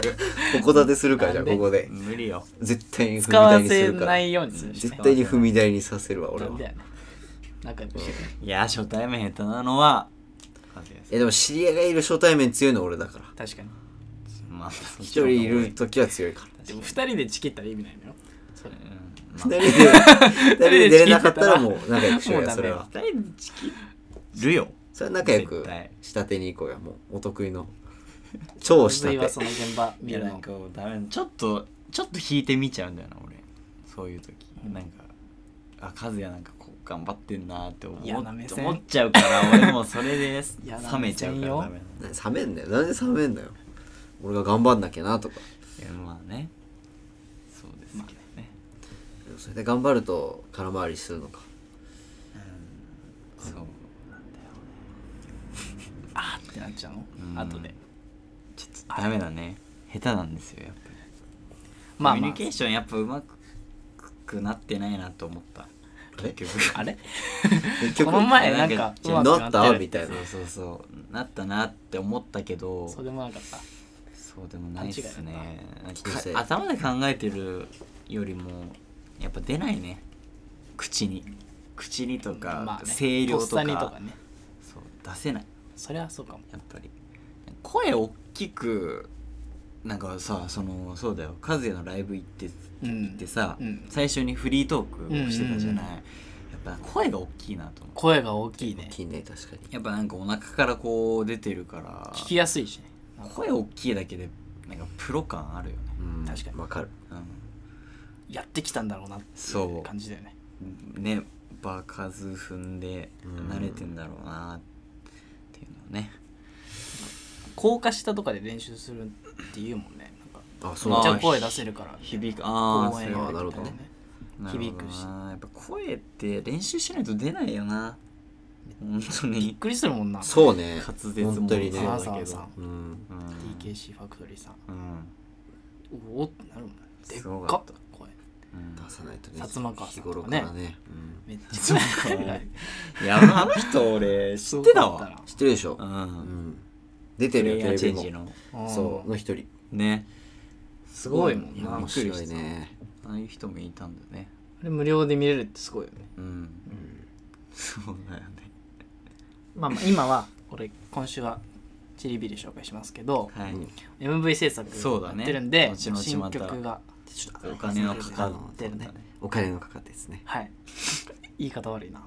Speaker 3: 局
Speaker 2: ここ立てするからじゃあ
Speaker 1: なん
Speaker 2: こ
Speaker 1: で
Speaker 2: こで
Speaker 3: 無理よ
Speaker 2: 絶対に踏み
Speaker 1: 使わ
Speaker 2: 台にす
Speaker 1: せ
Speaker 2: るか
Speaker 1: な
Speaker 2: ら
Speaker 1: いようにするしね
Speaker 2: 絶対に踏み台にさせるわ俺
Speaker 1: な
Speaker 2: は
Speaker 1: んだよね仲良くしてくれ
Speaker 3: いやー初対面下手なのは和也
Speaker 2: いやでも知り合いがいる初対面強いのは俺だから
Speaker 1: 確かに
Speaker 3: さんまあ一
Speaker 2: 一人いる時は強いから
Speaker 1: でも二人でチキったら意味ないのよそれ
Speaker 3: うんま
Speaker 2: 二人で二人で出れなかったらもう仲良くしよう
Speaker 1: もうダメ
Speaker 2: やそれは
Speaker 3: あ二人でチキるよ
Speaker 2: それは仲良く
Speaker 3: 絶対
Speaker 2: 下手に行こうやもうお得意の超下
Speaker 1: ずいは
Speaker 2: 手
Speaker 1: その現場
Speaker 3: い
Speaker 1: 見
Speaker 3: や
Speaker 1: る
Speaker 3: なん
Speaker 1: の
Speaker 3: かもうダメちょっとちょっと引いてみちゃうんだよな俺そういう時なんかあ和也なんかこう頑張ってんなーって思
Speaker 1: 嫌
Speaker 3: う
Speaker 1: な目線
Speaker 3: 思っちゃうから俺もそれで
Speaker 1: 嫌な
Speaker 3: 冷め
Speaker 1: 目
Speaker 3: ちゃう
Speaker 1: 線
Speaker 3: か
Speaker 1: よ
Speaker 3: らダメなの
Speaker 2: な冷めんだよなんで冷めんだよ俺が頑張んなきゃなとか
Speaker 3: いやまあねそうですけどね、
Speaker 2: でもそれで頑張ると空回りするのか
Speaker 3: そう
Speaker 1: あーってなっちゃう
Speaker 3: うん
Speaker 1: の後で
Speaker 3: ちょっとダメだね下手なんですよやっぱり
Speaker 1: まあ
Speaker 3: コミ
Speaker 1: ま
Speaker 3: ュニケーションやっぱうまくなってないなと思った
Speaker 2: え
Speaker 3: 結局
Speaker 1: ああれ
Speaker 2: 結
Speaker 1: この前なん
Speaker 3: なん
Speaker 1: か
Speaker 3: か
Speaker 1: うまく
Speaker 2: なっ
Speaker 1: な
Speaker 2: た
Speaker 1: って
Speaker 2: み
Speaker 1: る
Speaker 2: たいな
Speaker 3: そうそうそうなったなって思ったけど
Speaker 1: そうでもなかった
Speaker 3: そうでもないっすねなんか
Speaker 2: 勘違いだな
Speaker 3: か頭で考えてるよりもやっぱ出ないね口に口にとか、
Speaker 1: まあね
Speaker 3: 声量
Speaker 1: と
Speaker 3: と
Speaker 1: っ
Speaker 3: か
Speaker 1: さにとかね
Speaker 3: そう出せない
Speaker 1: そりゃそうかも
Speaker 3: やっぱり声大きくなんかさそのそうだよ和也のライブ行って
Speaker 1: うん
Speaker 3: 行ってさ、
Speaker 1: うん
Speaker 3: 最初にフリートークをしてたじゃない、
Speaker 1: うんうん
Speaker 3: やっぱ声が大きいなと思う
Speaker 1: 声が大きいね
Speaker 2: 大きいね確かに
Speaker 3: やっぱなんかお腹からこう出てるから
Speaker 1: 聞きやすいしね
Speaker 3: 声大きいだけでなんかプロ感あるよね、
Speaker 2: うん
Speaker 1: 確かに
Speaker 2: わかる
Speaker 3: う
Speaker 1: やってきたんだろうなって
Speaker 3: そう
Speaker 1: 感じだよね
Speaker 3: ん、ね場数踏んで
Speaker 2: うん
Speaker 3: 慣れてんだろうなっていうのをね
Speaker 1: 高架下とかで練習するっていうもんねなんか
Speaker 2: あそう
Speaker 1: め
Speaker 2: な
Speaker 1: っ
Speaker 2: ん
Speaker 1: ち
Speaker 2: だ
Speaker 1: ゃ声出せるから
Speaker 3: 響くああ
Speaker 1: 公園
Speaker 2: あーなるほどね
Speaker 3: なるほどな
Speaker 1: 響くし
Speaker 3: やっぱ声って練習しないと出ないよな本当
Speaker 1: びっ
Speaker 3: に
Speaker 1: くりするもんな
Speaker 2: そうね
Speaker 3: 滑舌も
Speaker 2: 本当にね
Speaker 1: 沢
Speaker 3: だ
Speaker 1: さ
Speaker 3: け
Speaker 1: ん
Speaker 3: ど
Speaker 1: さん
Speaker 2: うん
Speaker 1: TKC ファクトリーさん
Speaker 3: うん
Speaker 1: おおってなるもんねですっ
Speaker 3: ご
Speaker 1: か
Speaker 3: か
Speaker 1: っ
Speaker 3: った
Speaker 1: 声
Speaker 3: うん
Speaker 2: 出さないとね
Speaker 1: 薩摩川
Speaker 2: 日
Speaker 1: さんとかね
Speaker 2: 頃からねうん
Speaker 1: めっちゃ
Speaker 3: うんいやあの人俺知ってたわ
Speaker 2: 知ってるでしょ
Speaker 3: う
Speaker 2: うんん出て
Speaker 3: テ
Speaker 2: るよ
Speaker 3: レ
Speaker 2: テ
Speaker 3: アチ
Speaker 2: レ
Speaker 3: ェンジ
Speaker 2: ビも
Speaker 3: の
Speaker 2: そ
Speaker 1: そう
Speaker 2: の一人
Speaker 3: ね
Speaker 1: すごいも
Speaker 2: い
Speaker 1: ん
Speaker 2: や
Speaker 1: な
Speaker 2: 面白いね
Speaker 3: ああいう人もいたんだね
Speaker 1: あれ無料で見れるってすごいよね
Speaker 3: うん
Speaker 2: うん
Speaker 3: そうだよね
Speaker 1: まあまあ今は俺今週はチリビリ紹介しますけど
Speaker 3: はい、
Speaker 2: うん
Speaker 1: MV 制作
Speaker 3: そうだ
Speaker 1: や
Speaker 3: ね
Speaker 1: ってるんで
Speaker 3: 後々また
Speaker 1: 新曲が
Speaker 2: ちょっ
Speaker 3: お金のかかる
Speaker 1: 出るね
Speaker 2: お金のかかってですね
Speaker 1: はい 言い方悪いな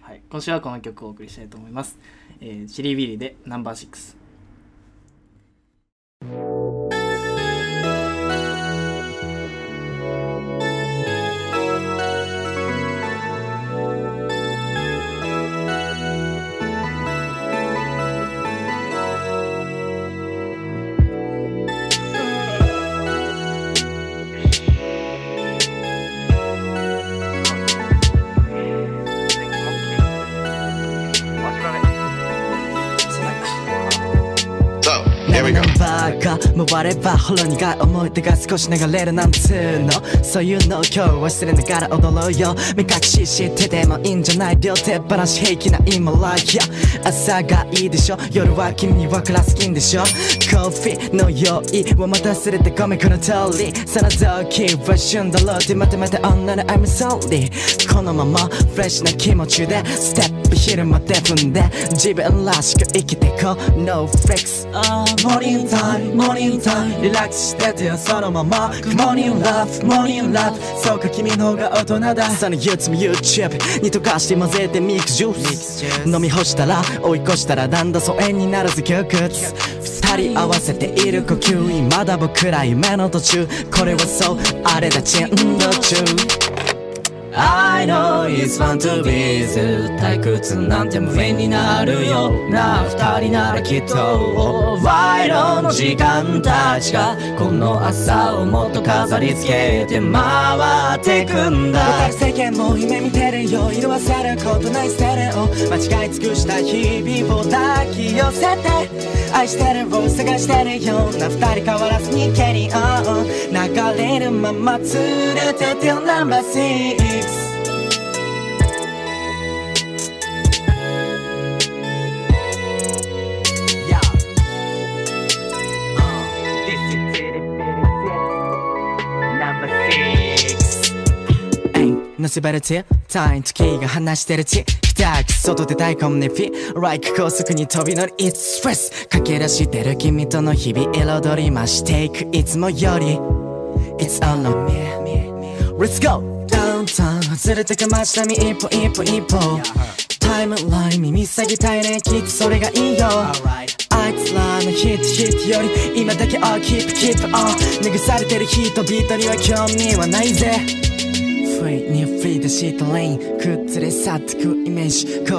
Speaker 1: はい今週はこの曲をお送りしたいと思いますえーチリビリでナンバーシックス
Speaker 4: ナンバーがが回ればほろ苦い思い出が少し流れるなんつうのそういうのを今日忘れながら踊ろうよ目隠ししててもいいんじゃない両手放し平気な今 like 朝がいいでしょ夜は君はクラス金でしょコーヒーの用意を待たせれてごめんこの通りその時は旬だろうってまとめて女の I'm sorry このままフレッシュな気持ちでステップ昼まで踏んで自分らしく生きてこう No flex モーニングタイムモーニングタイムリラックスしててよそのまま Good morning love morning love そうか君の方が大人だその憂鬱も YouTube に溶かして混ぜてミックスジュース飲み干したら追い越したらだんだん疎遠にならず窮屈二人合わせている呼吸まだ僕ら夢の途中これはそうあれだ珍道中 I know it's fun to be with 退屈なんて無縁になるよな二人ならきっと賄賂の時間たちがこの朝をもっと飾り付けて回ってくんだ私世間も夢見てるよ色褪せることないステレオ間違い尽くした日々を抱き寄せて愛してるを探してるような二人変わらずにケリオン流れるまま連れて till number six のせばるち単位月が話してるちひたき外で大根にピ Like 高速に飛び乗り It's stress 駆け出してる君との日々彩り増していくいつもより It's all on me Let's go! ダウンタウン外れてく街並み一歩一歩一歩タイムライン耳下げたいねきっとそれがいいよあいつらのヒットヒットより今だけをキープキープオン拭されてる人々には興味はないぜ不意に振り出したレイン崩れ去ってくイメージ心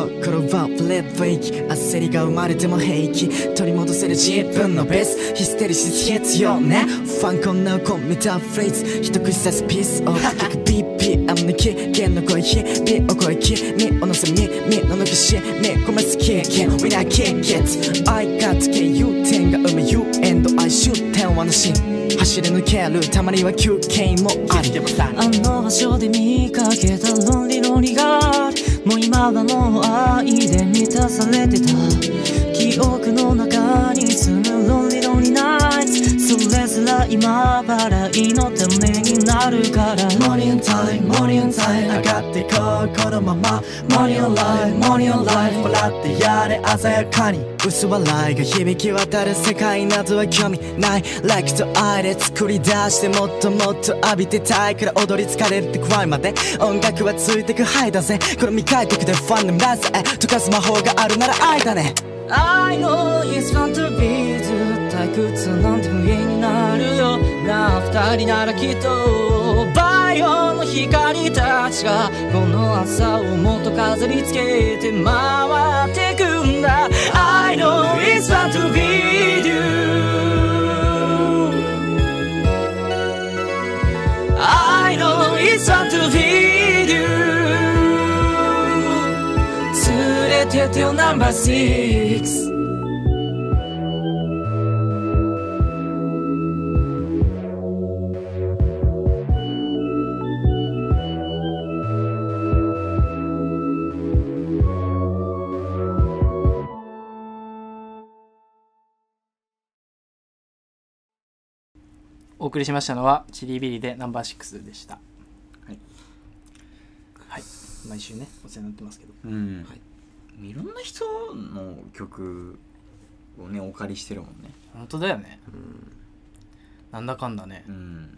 Speaker 4: はブレッドイキ焦りが生まれても平気取り戻せる自分のベースヒステリシス必要ねファンコンナウコンメタフレーズ一口刺すピースを聞く BPM 抜き弦の声日々を声君をのせみ身の抜きしみ込めすき Can we not kick it? I got KU 点が生む You and I shoot 点はなし走り抜けるたまには休憩もあり
Speaker 5: あの場所で見かけたロンリロリがもう今はもう愛で満たされてた記憶の中に住むロンリロリナイツそれすら今払いのためになるから
Speaker 4: モーニングタイムモーニングタイム上がってこうこのままモーニングライフモーニングライフ笑ってやれ鮮やかに薄笑いが響き渡る世界などは興味ない Like と愛で作り出してもっともっと浴びてたいから踊り疲れるってくらいまで音楽はついてくハイだぜこれ未開拓でファンでもラズへ溶かす魔法があるなら愛だね
Speaker 5: I know it's fun to be ずっと退屈なんて無縁になるよなあ二人ならきっとバイオの光たちがこの朝をもっと飾り付けて回ってくんだ I know it's fun to be with you I know it's fun to be with you 連れててよナンバー6
Speaker 1: お送りしましたのは「チリビリ」でナンバー6でしたはい、はい、毎週ねお世話になってますけど
Speaker 3: うん、い、ろんな人の曲をねお借りしてるもんね
Speaker 1: 本当だよね、なんだかんだね
Speaker 3: う、ん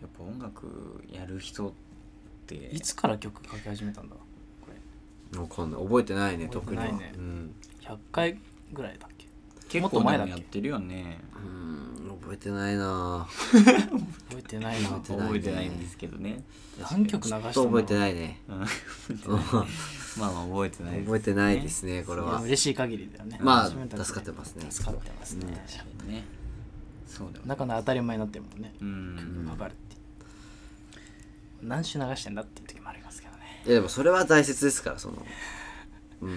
Speaker 3: やっぱ音楽やる人って
Speaker 1: いつから曲書き始めたんだこれ
Speaker 2: わかんない覚えてないね特には
Speaker 1: 覚えてないね
Speaker 2: うん、
Speaker 1: 100回ぐらいだっけも
Speaker 3: 結
Speaker 1: っと
Speaker 3: 構
Speaker 1: 前
Speaker 3: 前
Speaker 1: だ
Speaker 3: だ
Speaker 1: っ
Speaker 3: やっ
Speaker 1: け
Speaker 3: てるよね
Speaker 2: うん、覚えてないな
Speaker 1: 覚えてないな
Speaker 2: てないね
Speaker 3: 覚えてないんですけどね
Speaker 1: 何曲流したの
Speaker 2: ぁちょっと覚えてないね
Speaker 3: うん
Speaker 2: うん
Speaker 3: まあまあ覚えてない
Speaker 2: 覚えてないですねこれ
Speaker 1: いや
Speaker 2: は
Speaker 1: 嬉しい限りだよね
Speaker 2: まあ
Speaker 1: 初めてだ
Speaker 2: 助かってますね
Speaker 1: 助かってますね
Speaker 3: 確かにねそうだよね
Speaker 1: 中の当たり前になってるもんね
Speaker 3: うん
Speaker 1: 曲かかるって何種流してんだっていう時もありますけどね
Speaker 2: いやでもそれは大切ですからそのうん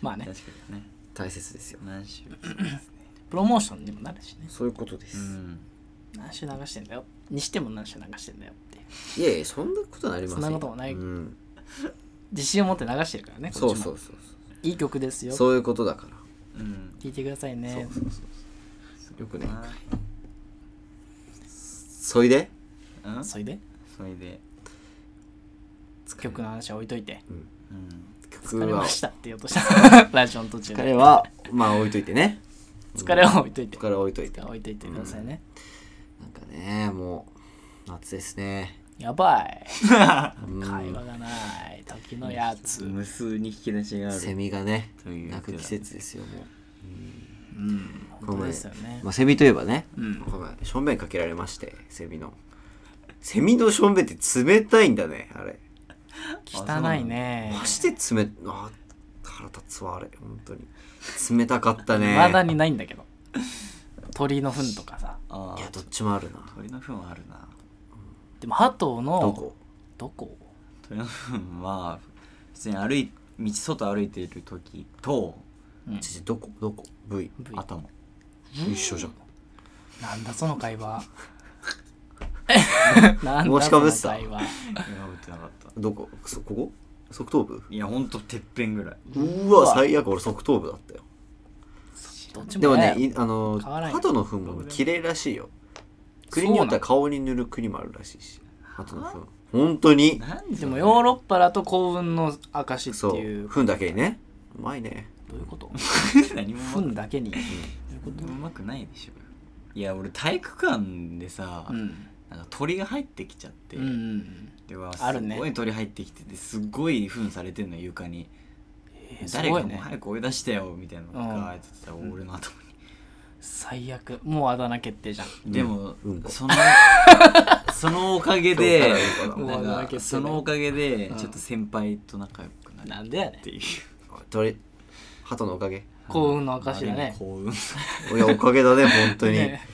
Speaker 1: まあね
Speaker 3: 確かにね
Speaker 2: 大切ですよ
Speaker 3: 何週
Speaker 1: プロモーションにもなるしね
Speaker 2: そういうことです、
Speaker 3: うん
Speaker 1: 何週流してんだよにしても何週流してんだよって
Speaker 2: いやいやそんなことなりませんよ
Speaker 1: そんなこともない
Speaker 2: うん、
Speaker 1: 自信を持って流してるからねこっち
Speaker 2: そ
Speaker 1: も
Speaker 2: うそうそうそ
Speaker 1: いい曲です
Speaker 2: う
Speaker 1: よ
Speaker 2: そういうことだから
Speaker 3: うん
Speaker 1: 聴いてくださいね
Speaker 2: そうそうそうよくね
Speaker 3: あ
Speaker 2: そいで
Speaker 3: ーうん
Speaker 1: それで
Speaker 3: それで
Speaker 1: 曲の話は置いといて
Speaker 3: うん
Speaker 2: 曲
Speaker 1: 疲れ
Speaker 2: は
Speaker 1: ましたって言おうとしたラジオの途中
Speaker 2: 疲
Speaker 1: で
Speaker 2: れはまあ置いとい てね
Speaker 1: 疲れは置いといて
Speaker 2: 疲れは置いといて
Speaker 1: 置いといてくださいね
Speaker 2: なんかねもう夏ですね
Speaker 1: やば い
Speaker 2: うん
Speaker 1: 会話がない時のやつ
Speaker 3: 無数に引き出しがあ
Speaker 2: セ
Speaker 3: る
Speaker 2: ミがね
Speaker 3: という
Speaker 2: 鳴く季節ですよも
Speaker 1: うん本当ですよね
Speaker 2: う、まあ、セミといえばね
Speaker 1: うん
Speaker 2: この前正面かけられましてセミのセミの正面って冷たいんだねあれ
Speaker 1: 汚いね
Speaker 2: マジで冷あ腹立つわあれ本当に冷たかっ たね
Speaker 1: まだにないんだけど鳥の糞とかさ
Speaker 3: あ
Speaker 2: いや
Speaker 3: あ
Speaker 2: どっちもあるな
Speaker 3: 鳥の糞はあるな
Speaker 1: でもハトの
Speaker 2: どこ
Speaker 1: どこ
Speaker 3: 鳥の糞は普通に歩い道外歩いている時と
Speaker 1: うん
Speaker 2: ちょちょどこどこ V
Speaker 1: 部位
Speaker 3: 頭
Speaker 2: 一緒じゃん
Speaker 1: なんだその会 話なん
Speaker 2: 帽
Speaker 1: だ
Speaker 2: 子
Speaker 1: そ
Speaker 2: かぶ
Speaker 1: の
Speaker 2: ってた
Speaker 1: 会話
Speaker 3: いや打ってなかった
Speaker 2: どこそここ側頭部
Speaker 3: いやほんとてっぺんぐらいう
Speaker 2: ーわ最悪俺側頭部だったよ
Speaker 1: どっち
Speaker 2: でも
Speaker 1: も
Speaker 2: ね
Speaker 1: ね
Speaker 2: いあの
Speaker 1: 変わらんよ
Speaker 2: 鳩の糞も綺麗らしいよ国によっては顔に塗る国もあるらしいし鳩の糞本当に
Speaker 3: なん
Speaker 1: で
Speaker 3: で
Speaker 1: も
Speaker 3: も
Speaker 1: ヨー
Speaker 3: よ
Speaker 1: ロッパだと幸運の証って
Speaker 2: そう
Speaker 1: いう
Speaker 2: 糞だけにねうまいね
Speaker 1: どういうこと
Speaker 3: 何もうま
Speaker 1: 糞だけにどういうこ
Speaker 3: くうまくないでしょいや俺体育館でさ、
Speaker 1: とうん
Speaker 3: なんか鳥が入ってきちゃって、
Speaker 1: うんうんうん
Speaker 3: でわ
Speaker 1: あるね
Speaker 3: すごい鳥入ってきててすごい糞されてんの床に、
Speaker 1: えーす
Speaker 3: 誰
Speaker 1: ご
Speaker 3: か
Speaker 1: い
Speaker 3: もう
Speaker 1: ね
Speaker 3: 早く追い出してよみたいなの
Speaker 1: うん
Speaker 3: がやってたら俺の頭に、
Speaker 1: 最悪もうあだ名決定じゃん
Speaker 3: でも、
Speaker 2: うんこ
Speaker 3: そのそのおかげで
Speaker 2: 今日からうん
Speaker 1: こ
Speaker 3: な
Speaker 1: もうあだ名
Speaker 3: ん
Speaker 1: 決定だ
Speaker 3: かそのおかげで
Speaker 1: うん
Speaker 3: ちょっと先輩と仲良くなる
Speaker 1: なんでやねん
Speaker 3: っていう
Speaker 2: 鳥鳩のおかげ
Speaker 1: 幸運の証だね
Speaker 3: 幸運
Speaker 2: いやおかげ だね本当に、
Speaker 1: ね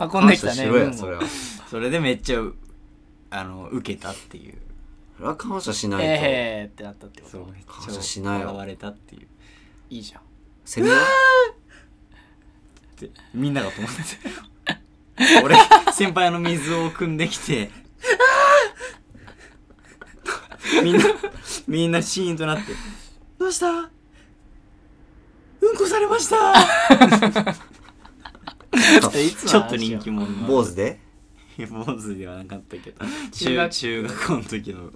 Speaker 1: 運んできた
Speaker 2: 感謝
Speaker 1: ね
Speaker 2: しろ
Speaker 1: 運
Speaker 2: や
Speaker 1: を
Speaker 2: それは
Speaker 3: それでめっちゃうあの受けたっていう
Speaker 2: それは感謝しないと、
Speaker 1: えーってなったってこ
Speaker 3: そう
Speaker 1: と
Speaker 3: めっ
Speaker 2: 感謝し
Speaker 3: ちゃ
Speaker 2: ないよ
Speaker 3: 笑われたっていう
Speaker 1: いいじゃん
Speaker 2: セミは
Speaker 3: ってみんながと思って 俺先輩の水を汲んでき てみんなみんなシーンとなってどうしたうんこされました ちょっと人気者の
Speaker 2: 坊主で
Speaker 3: いや坊主ではなかったけど
Speaker 1: 中
Speaker 3: 中
Speaker 1: 学
Speaker 3: 学中学校の時の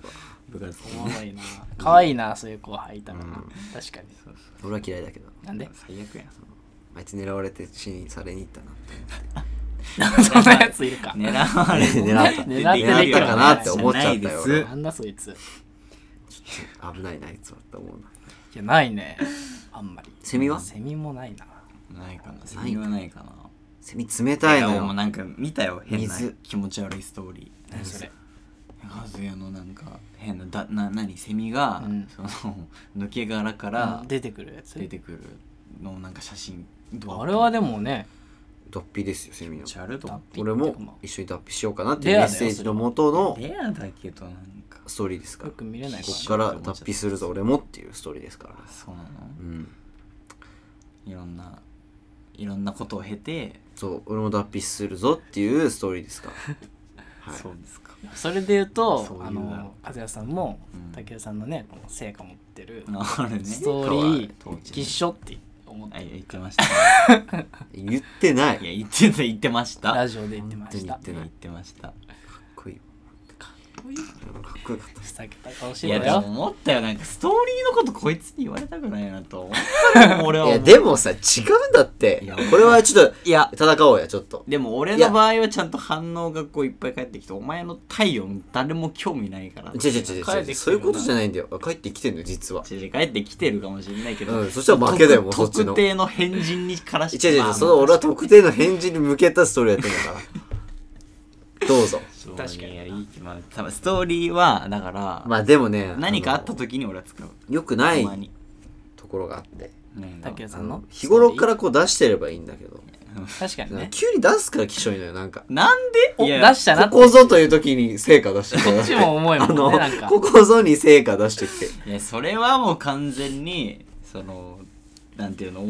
Speaker 3: 部活
Speaker 1: おもろいな可愛いなそういう子はいたらな
Speaker 2: うん
Speaker 1: 確かに
Speaker 2: 俺は嫌いだけど
Speaker 1: なんで
Speaker 3: 最悪や
Speaker 2: あいつ狙われて死にされに行ったなっ て
Speaker 1: そんなやついるか
Speaker 3: 狙われ
Speaker 2: 狙っ
Speaker 1: 狙
Speaker 2: た
Speaker 1: って
Speaker 2: 狙ったかなって思っちゃったよ
Speaker 3: じゃない
Speaker 2: 俺
Speaker 3: で
Speaker 2: は
Speaker 1: なんだそいつい
Speaker 2: 危ないなあいつはって思うな
Speaker 1: やないねあんまり
Speaker 2: セミは
Speaker 1: セミもないな
Speaker 3: ないかなセミはないかな
Speaker 2: セミ冷たいの
Speaker 3: いやもう
Speaker 2: よ
Speaker 3: なんか見たよ変な
Speaker 2: 水
Speaker 3: 気持ち悪いストーリー
Speaker 1: 何それ
Speaker 3: ハズヤのなんか変なだな何セミが、
Speaker 1: うん
Speaker 3: その抜け殻から
Speaker 1: うん出てくるやつ
Speaker 3: 出てくるのをなんか写真ど
Speaker 1: あれはでもね
Speaker 2: 脱皮ですよセミの
Speaker 3: チャルド
Speaker 2: 俺
Speaker 1: って
Speaker 2: も
Speaker 1: かまあ
Speaker 2: 一緒に脱皮しようかなっていう
Speaker 1: レア
Speaker 2: メ
Speaker 1: だ
Speaker 2: ッ
Speaker 1: よ
Speaker 2: セージの元の
Speaker 3: レアだけどなんか
Speaker 2: ストーリーですか
Speaker 1: よ
Speaker 2: ら
Speaker 1: く見れないか
Speaker 2: こ
Speaker 1: ら
Speaker 2: っから脱皮するぞ俺もっていうストーリーですから
Speaker 3: そうなの
Speaker 2: うん
Speaker 3: いろんないろんなことを経て、
Speaker 2: そう俺も脱皮するぞっていうストーリーですからはい
Speaker 3: そうですか
Speaker 1: それで言うと
Speaker 3: そうい
Speaker 1: あ
Speaker 3: うな
Speaker 1: の和也さんも
Speaker 3: うん
Speaker 1: 武田さんのねこの成果持ってる
Speaker 3: あれね
Speaker 1: ストーリー一緒って思っ
Speaker 3: はい言
Speaker 1: て
Speaker 3: ってました
Speaker 2: 言ってない
Speaker 3: い
Speaker 2: か
Speaker 3: や言ってた言ってました
Speaker 1: ラジオで言ってました
Speaker 2: 本当に
Speaker 3: 言ってました
Speaker 2: っこいいわかっこよかった
Speaker 1: ふざけた顔して
Speaker 3: い
Speaker 1: た
Speaker 3: やでも
Speaker 1: よ
Speaker 3: 思ったよなんかストーリーのことこいつに言われたくないなと思ったの俺は
Speaker 2: い
Speaker 3: 思
Speaker 2: や
Speaker 3: う
Speaker 2: でもさ違うんだって
Speaker 3: いや
Speaker 2: これはちょっ
Speaker 3: いや
Speaker 2: と戦おうやちょっと
Speaker 3: でも俺
Speaker 2: いや
Speaker 3: の場合はちゃんと反応がこういっぱい返ってきてお前の体温誰も興味ないから
Speaker 2: 違う違う違う
Speaker 1: 帰ってきてる
Speaker 2: 違う
Speaker 1: な
Speaker 2: そういうことじゃないんだよ帰ってきてんのよ実は
Speaker 3: 違う違う帰ってきてるかもしれないけど、
Speaker 2: うんそしたら負けだよもうそっちの
Speaker 3: 特定の変人にからし
Speaker 2: 違う違う違
Speaker 3: ま
Speaker 2: う
Speaker 3: あ
Speaker 2: その俺は特定の返事に向けたストーリーやってんだからどうぞ
Speaker 3: そう
Speaker 1: 確かに
Speaker 3: いやいいまあ多分ストーリーはだから、
Speaker 2: まあでもね
Speaker 3: 何かあった
Speaker 2: の
Speaker 3: 時に俺は使う
Speaker 2: よくな
Speaker 3: た
Speaker 2: い
Speaker 3: まに
Speaker 2: ところがあって
Speaker 3: ね
Speaker 1: 武田さ
Speaker 2: あ
Speaker 1: んの
Speaker 2: の日頃か
Speaker 1: ス
Speaker 2: らこう出してればいいんだけど
Speaker 1: トーリー確かにね
Speaker 2: 急に出すからきしょいのよなんか
Speaker 3: なんで
Speaker 1: お
Speaker 3: い
Speaker 1: 出
Speaker 3: や
Speaker 1: したな
Speaker 2: こ
Speaker 1: って
Speaker 2: こぞという時に成果出してこ
Speaker 1: こっちも重いも
Speaker 2: あ
Speaker 1: んね
Speaker 2: の
Speaker 1: なんか
Speaker 2: ここぞに成果出してきて
Speaker 3: いやそれはもう完全にそのなんていうの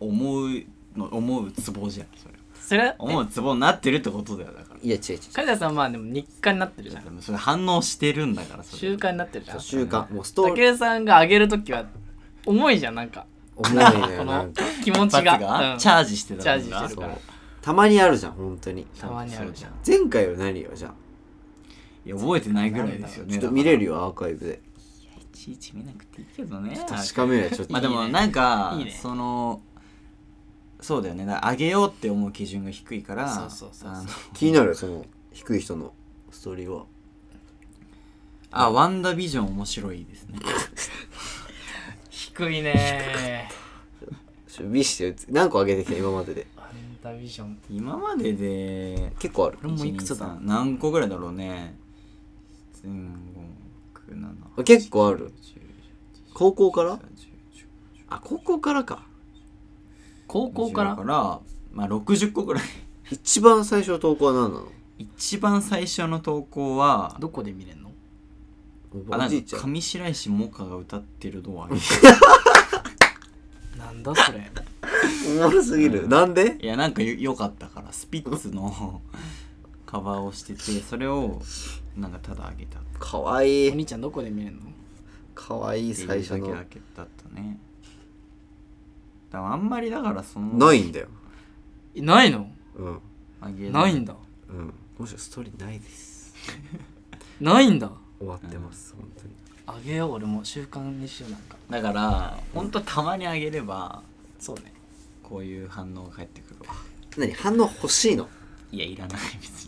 Speaker 3: お思うの思うツボじゃんそれ
Speaker 1: それ
Speaker 3: 思うツボになってるってことだよだから
Speaker 2: いや違う違う違う
Speaker 1: 梶田さんまあでも日課になってるじゃん
Speaker 3: でもそれ反応してるんだからそれ
Speaker 1: 習慣になってるじゃん
Speaker 2: 習慣もうストーリー
Speaker 1: 武井さんが上げるときは重いじゃんなんか
Speaker 2: 重いのよ
Speaker 1: こ
Speaker 2: な
Speaker 1: の
Speaker 2: んか
Speaker 1: 気持ちが
Speaker 3: 一発が、
Speaker 1: うん
Speaker 3: チャージしてたのが
Speaker 1: チャージしてる
Speaker 2: そ
Speaker 1: か
Speaker 2: う
Speaker 1: ら
Speaker 2: たまにあるじゃん本当に
Speaker 1: たまにあるじゃん
Speaker 2: 前回は何よじゃあ
Speaker 3: いや覚えてないぐらいですよね
Speaker 2: ちょっと見れ
Speaker 3: る
Speaker 2: るよアーカイブで
Speaker 3: いちいち見なくていいけどね
Speaker 2: 確かめるよちょっと
Speaker 3: まあでもなんか
Speaker 1: いいね
Speaker 3: そのそうだよねだから上げようって思う基準が低いから
Speaker 1: そうそうそうそう
Speaker 3: あの
Speaker 2: 気になるよその低い人のストーリーは
Speaker 3: あワンダービジョン面白いですね
Speaker 1: 低いね
Speaker 2: ちょビシって何個上げてきた今までで
Speaker 1: ーアンダビジョン
Speaker 3: 今までで
Speaker 2: 結構ある
Speaker 1: 俺もいくつだ
Speaker 3: 1 2 3何個ぐらいだろうね1
Speaker 2: 結構ある高校からあ高校からか
Speaker 1: 高校か
Speaker 3: かららまあ60個ぐらい
Speaker 2: 一番最初の投稿は何なの
Speaker 3: 一番最初の投稿は
Speaker 1: どこで見れんの
Speaker 3: あ
Speaker 2: お
Speaker 3: なん
Speaker 2: じいち
Speaker 3: か
Speaker 2: ゃん
Speaker 3: 上白石萌歌が歌ってる動画
Speaker 1: なんだそれ
Speaker 2: おもろすぎる、なんで
Speaker 3: いやなんかよ良かったからスピッツ のカバーをしててそれをなんかただあげたって
Speaker 2: かわい
Speaker 1: お
Speaker 2: い
Speaker 1: 兄ちゃんどこで見れんの
Speaker 2: かわいい
Speaker 3: いう
Speaker 2: 最初
Speaker 3: だけ
Speaker 2: の
Speaker 3: だけだったねだからあんまりだからその
Speaker 2: ないんだよ
Speaker 1: えないの
Speaker 2: うん
Speaker 3: あげ
Speaker 1: ないんだ
Speaker 2: うんもしろストーリーないです
Speaker 1: ないんだ
Speaker 2: 終わってます、本当に
Speaker 1: あげよう俺も習慣にしようなんか
Speaker 3: だからほんとたまにあげれば
Speaker 1: そうね
Speaker 3: こういう反応が返ってくるわ
Speaker 2: 何反応欲しいの
Speaker 3: いやいらない別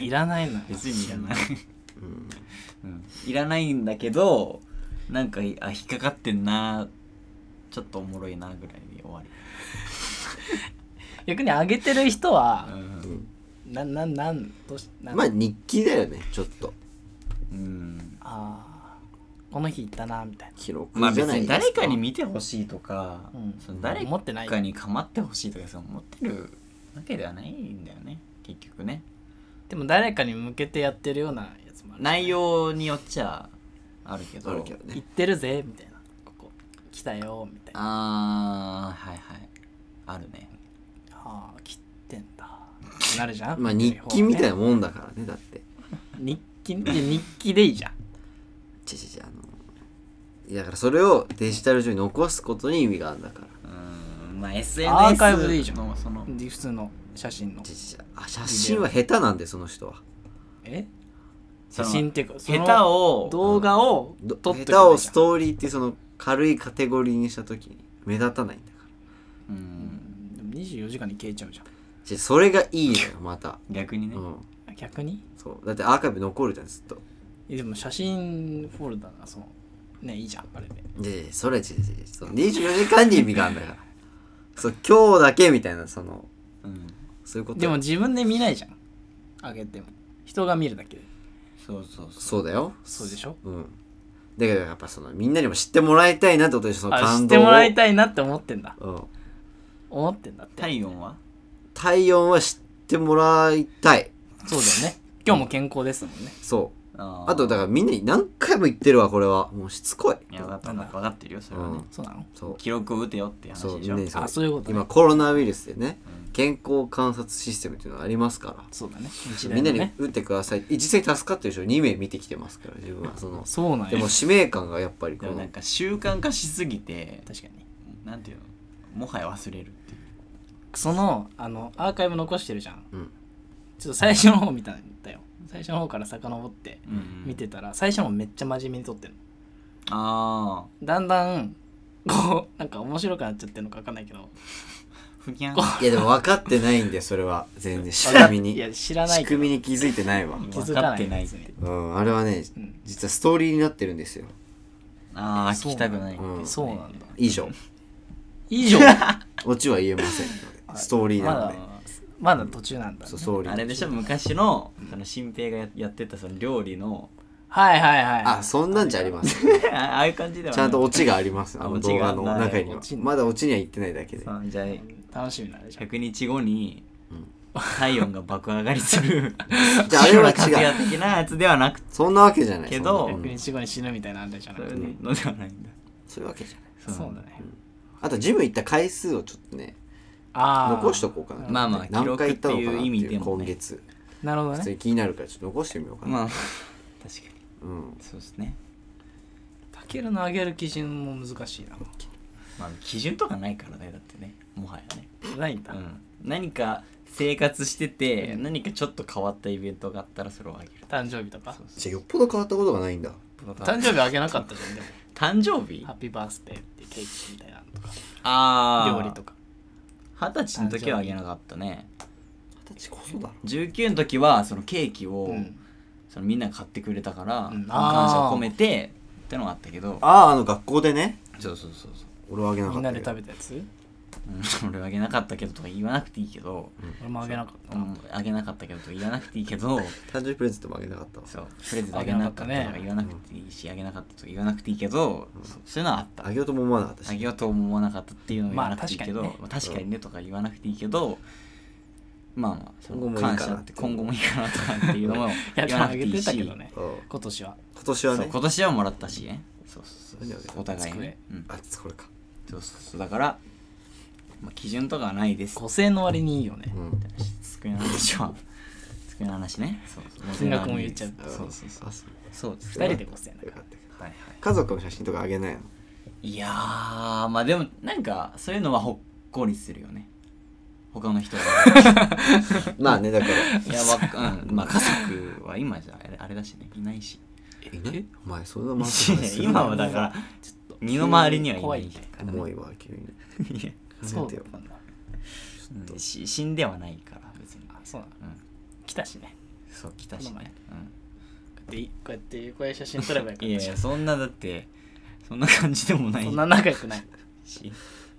Speaker 3: に
Speaker 1: いらないのよ
Speaker 3: 別にいらない、
Speaker 2: うん
Speaker 3: うん、いらないんだけどなんかあ引っかかってんなちょっとおもろいなぐらいで終わり、
Speaker 1: 逆にあげてる人は
Speaker 3: うん
Speaker 1: なんなんなんどうしなん
Speaker 2: まあ日記だよねちょっと
Speaker 3: うん、
Speaker 1: あーこの日行ったなみたいな
Speaker 2: 記録
Speaker 3: まあ
Speaker 2: じ
Speaker 3: 別
Speaker 2: ゃない
Speaker 3: に
Speaker 2: ですか、
Speaker 3: 誰かに見てほしいとか、
Speaker 1: うん
Speaker 3: その誰
Speaker 1: 持ってない
Speaker 3: かに構ってほしいとかそう思ってるわけではないんだよね結局ね
Speaker 1: でも誰かに向けてやってるようなやつもある
Speaker 3: 内容によっちゃあるけど
Speaker 2: あるけど
Speaker 1: 行
Speaker 2: ね
Speaker 1: ってるぜみたいなここ来たよみたいな
Speaker 3: あーはいはいあるね
Speaker 1: ああ切ってんだってなるじゃん
Speaker 2: まあ日記みたい
Speaker 1: な
Speaker 2: なもんだからねだって
Speaker 1: 日記いや日記でいいじゃん
Speaker 2: ちちちあのいやだからそれをデジタル上に残すことに意味があるんだから
Speaker 3: うんまあ SNS
Speaker 1: アーカイブでいいじゃん
Speaker 3: のその
Speaker 1: で普通の写真の
Speaker 2: ちちちあ写真は下手なんでその人は
Speaker 1: え写
Speaker 3: その
Speaker 1: 真っていうかその
Speaker 3: 下手を
Speaker 1: 動画を
Speaker 2: ど
Speaker 1: 撮
Speaker 2: 下
Speaker 1: っとけ
Speaker 2: 手
Speaker 1: ばいい
Speaker 2: を
Speaker 1: じ
Speaker 2: ス
Speaker 1: ゃん
Speaker 2: トーリーっていうその軽いカテゴリーにした時に目立たないんだから
Speaker 3: うん
Speaker 1: でも24時間に消えちゃうじゃ
Speaker 2: ちそれがいいのよまた
Speaker 3: 逆にね、
Speaker 2: うん
Speaker 1: ん逆に
Speaker 2: そうだってアーカイブ残るじゃんずっと
Speaker 1: えでも写真フォルダがそうねいいじゃんあれで
Speaker 2: いやいやそれはちちちその24時間に意味があるんだからそう今日だけみたいなその
Speaker 3: うん、
Speaker 2: そういうこと
Speaker 1: でも自分で見ないじゃんあげても人が見るだけで
Speaker 3: そうそうそう
Speaker 2: そうだよ
Speaker 1: そうでしょ
Speaker 2: うんだけどやっぱそのみんなにも知ってもらいたいなってことでしょその
Speaker 1: あ知
Speaker 2: 感動を
Speaker 1: ってもらいたいなって思ってんだ
Speaker 2: うん
Speaker 1: 思ってんだって
Speaker 3: 体温は
Speaker 2: 体温は知ってもらいたい
Speaker 1: そうだよね今日も健康ですもんね
Speaker 2: そう
Speaker 3: あー
Speaker 2: あとだからみんなに何回も言ってるわこれはもうしつこい
Speaker 3: いや分かった分かってるよそれはね、
Speaker 2: うん
Speaker 1: そうなの
Speaker 2: そう
Speaker 3: 記録を打てよって話
Speaker 2: そう
Speaker 3: でしょ
Speaker 2: ね
Speaker 1: あそういうことね
Speaker 2: 今コロナウイルスでね
Speaker 3: うん
Speaker 2: 健康観察システムっていうのがありますから
Speaker 1: そうだね日大
Speaker 2: みん
Speaker 1: の
Speaker 2: なに
Speaker 1: ね
Speaker 2: 打ってください実際助かってる人2名見てきてますから自分はその
Speaker 1: そうなん
Speaker 2: で
Speaker 1: や
Speaker 2: も使命感がやっぱりこ
Speaker 3: でもな
Speaker 2: の
Speaker 3: んか習慣化しすぎて
Speaker 1: 確かに
Speaker 3: なんていうのもはや忘れるっていう
Speaker 1: そのあのアーカイブ残してるじゃん
Speaker 2: うん
Speaker 1: ちょっと最初の方見たんだよ最初の方から遡って
Speaker 3: うん
Speaker 1: 見てたら最初の方めっちゃ真面目に撮ってるの
Speaker 3: あ
Speaker 1: だんだんこうなんか面白くなっちゃってるのか分かんないけど
Speaker 3: あふきゃん
Speaker 1: こ
Speaker 2: いやでも分かってないんでそれは全然仕組み
Speaker 1: い
Speaker 2: に
Speaker 1: や知らない
Speaker 2: 仕
Speaker 1: けど
Speaker 2: 組みに気づいてないわ
Speaker 1: 気づ
Speaker 3: 分
Speaker 1: か
Speaker 3: か
Speaker 1: な
Speaker 3: っ
Speaker 1: い
Speaker 3: てないっ
Speaker 1: 別
Speaker 3: て
Speaker 1: に
Speaker 2: うんあれはね
Speaker 1: うん
Speaker 2: 実はストーリーになってるんですよ
Speaker 3: ああ
Speaker 1: そ
Speaker 3: 聞
Speaker 1: う
Speaker 3: きたくない、
Speaker 2: うん
Speaker 1: そうなんだ
Speaker 2: 以上
Speaker 1: 以上
Speaker 2: オチは言えませんのでストーリー
Speaker 1: ま
Speaker 2: なの
Speaker 1: だ
Speaker 2: で
Speaker 1: まだ途中なんだね
Speaker 2: そうストーリー
Speaker 3: あれでしょ昔のその新平がややってたその料理の
Speaker 1: はいはいはい
Speaker 2: あそんなんじゃありません
Speaker 3: あああいう感じでは
Speaker 2: ちゃんとオ
Speaker 3: 落
Speaker 2: チがありますあの
Speaker 3: オ
Speaker 2: 動
Speaker 3: チ
Speaker 2: 画
Speaker 3: が
Speaker 2: の中に
Speaker 1: まあ
Speaker 2: は
Speaker 1: オチ
Speaker 2: まだオチには行ってないだけで
Speaker 3: じゃあ
Speaker 1: 楽しみだねじゃ
Speaker 3: 100日後に
Speaker 2: ん
Speaker 3: 体温が爆上がりする
Speaker 2: じゃああれは違う
Speaker 3: 志村克也的なやつではなくて
Speaker 2: そんなわけじゃない
Speaker 3: けど
Speaker 1: あ
Speaker 2: そ
Speaker 1: 100
Speaker 2: んなうん
Speaker 1: 日後に死ぬみたいなあれじゃな
Speaker 3: そう
Speaker 1: く
Speaker 3: い
Speaker 1: て
Speaker 3: うのではないんだ
Speaker 2: そういうわけじゃない
Speaker 1: そうだね
Speaker 2: あとジム行った回数をちょっとね
Speaker 1: あー
Speaker 2: 残しとこうかな
Speaker 3: まあまあ
Speaker 2: 何回行ったのかなって
Speaker 3: 記録っていう意味
Speaker 2: い
Speaker 3: で
Speaker 2: う
Speaker 3: もね
Speaker 2: 今月
Speaker 1: なるほど
Speaker 2: 普通
Speaker 1: ね
Speaker 2: に気になるからちょっと残してみようかな、
Speaker 3: まあ確かに
Speaker 2: うん
Speaker 3: そうですね
Speaker 1: タケルの上げる基準も難しいな
Speaker 3: まあ基準とかないからねだってねもはやね、
Speaker 1: ないんだ、
Speaker 3: うん、何か生活してて、何かちょっと変わったイベントがあったらそれをあげる
Speaker 1: 誕生日とか
Speaker 2: じゃあよっぽど変わったことがないんだ
Speaker 1: 誕生日あげなかったじゃんでも
Speaker 3: 誕生日
Speaker 1: ハッピーバースデーってケーキみたいなのとか
Speaker 3: あ
Speaker 1: 料理と
Speaker 3: か
Speaker 1: か
Speaker 3: 二十歳の時はあげなかったね
Speaker 2: 二十歳こそだろ
Speaker 3: 19の時はそのケーキを、
Speaker 1: うん
Speaker 3: そのみんなが買ってくれたから、
Speaker 1: うん
Speaker 3: 感謝
Speaker 1: あー
Speaker 3: を込めてってのがあったけど
Speaker 2: あああの学校でね
Speaker 3: そうそうそう
Speaker 2: 俺はあげなか
Speaker 1: みん
Speaker 2: っ
Speaker 1: な
Speaker 2: た
Speaker 1: で
Speaker 2: けど
Speaker 1: 食べたやつ
Speaker 3: そううん 俺はあげなかったけどとか言わなくていいけど、
Speaker 1: 俺もあげなかった
Speaker 3: う
Speaker 1: なん
Speaker 3: あげなかったけどとか言わなくていいけど
Speaker 2: 誕生日プレゼントもあげなかったわ
Speaker 3: そうプレゼントあげなかったとか言わなくていいしあげなかったとか言わなくていいけど、そうそういうのはあった
Speaker 2: あげようとも思わなかった
Speaker 3: あ
Speaker 2: し
Speaker 3: げようと思わなかったっていうのも言
Speaker 1: まあ
Speaker 3: わなくていいけど、
Speaker 1: 確
Speaker 3: ま
Speaker 1: かにね
Speaker 3: あ、確かにねとか言わなくていいけど、まあまあそ
Speaker 2: 今後もいい
Speaker 3: の
Speaker 2: かな
Speaker 3: 感謝って今後もいいかなとかっていうのも
Speaker 1: や
Speaker 3: 言
Speaker 1: で
Speaker 3: わ
Speaker 1: も
Speaker 3: な
Speaker 1: あ
Speaker 3: くて
Speaker 1: げ
Speaker 3: いい
Speaker 1: てたけ
Speaker 3: し
Speaker 1: どね
Speaker 2: うん
Speaker 1: 今年は
Speaker 2: 今年は
Speaker 3: そう
Speaker 2: ね
Speaker 3: 今年はもらったしねそうそう
Speaker 2: 何
Speaker 3: そ
Speaker 2: あ
Speaker 3: う
Speaker 2: げた
Speaker 3: お互いね
Speaker 1: 机、
Speaker 3: うん、
Speaker 2: あいつこれか
Speaker 3: そうそうそうだから、まあ、基準とかはないです
Speaker 1: 5000円の割にいいよね
Speaker 2: う、ん
Speaker 3: 机の話は机の話ねそうそう
Speaker 1: 金額も言っちゃう
Speaker 2: うん
Speaker 3: そうそうそう
Speaker 2: あそう
Speaker 3: そうです
Speaker 1: 2人で5000円だ
Speaker 2: よ
Speaker 1: か
Speaker 2: からったけど
Speaker 3: はいはい
Speaker 2: 家族の写真とかあげないの
Speaker 3: いやーまあでもなんかそういうのはほっこりするよね他の 人が
Speaker 2: まあねだから
Speaker 3: いやわ、うん、まあ家族は今じゃあれあれだしねいないし
Speaker 2: いないお前そんなマジです
Speaker 3: いや 今はだからちょっと身の回りにはいない
Speaker 1: 怖いって
Speaker 2: 重いわ急に
Speaker 3: いや
Speaker 1: そ
Speaker 2: そうう
Speaker 1: だ
Speaker 2: だ
Speaker 1: よ
Speaker 2: よ
Speaker 3: うんし死んではないから別に
Speaker 1: あそうなの
Speaker 3: うん
Speaker 1: 来たしね
Speaker 3: そう来たし
Speaker 1: この前
Speaker 3: ね、うん
Speaker 1: こうやってこうやってこういう写真撮ればよか
Speaker 3: い
Speaker 1: っ
Speaker 3: や
Speaker 1: た
Speaker 3: い
Speaker 1: し
Speaker 3: やそんなだってそんな感じでもない
Speaker 1: そんな仲良くない
Speaker 3: し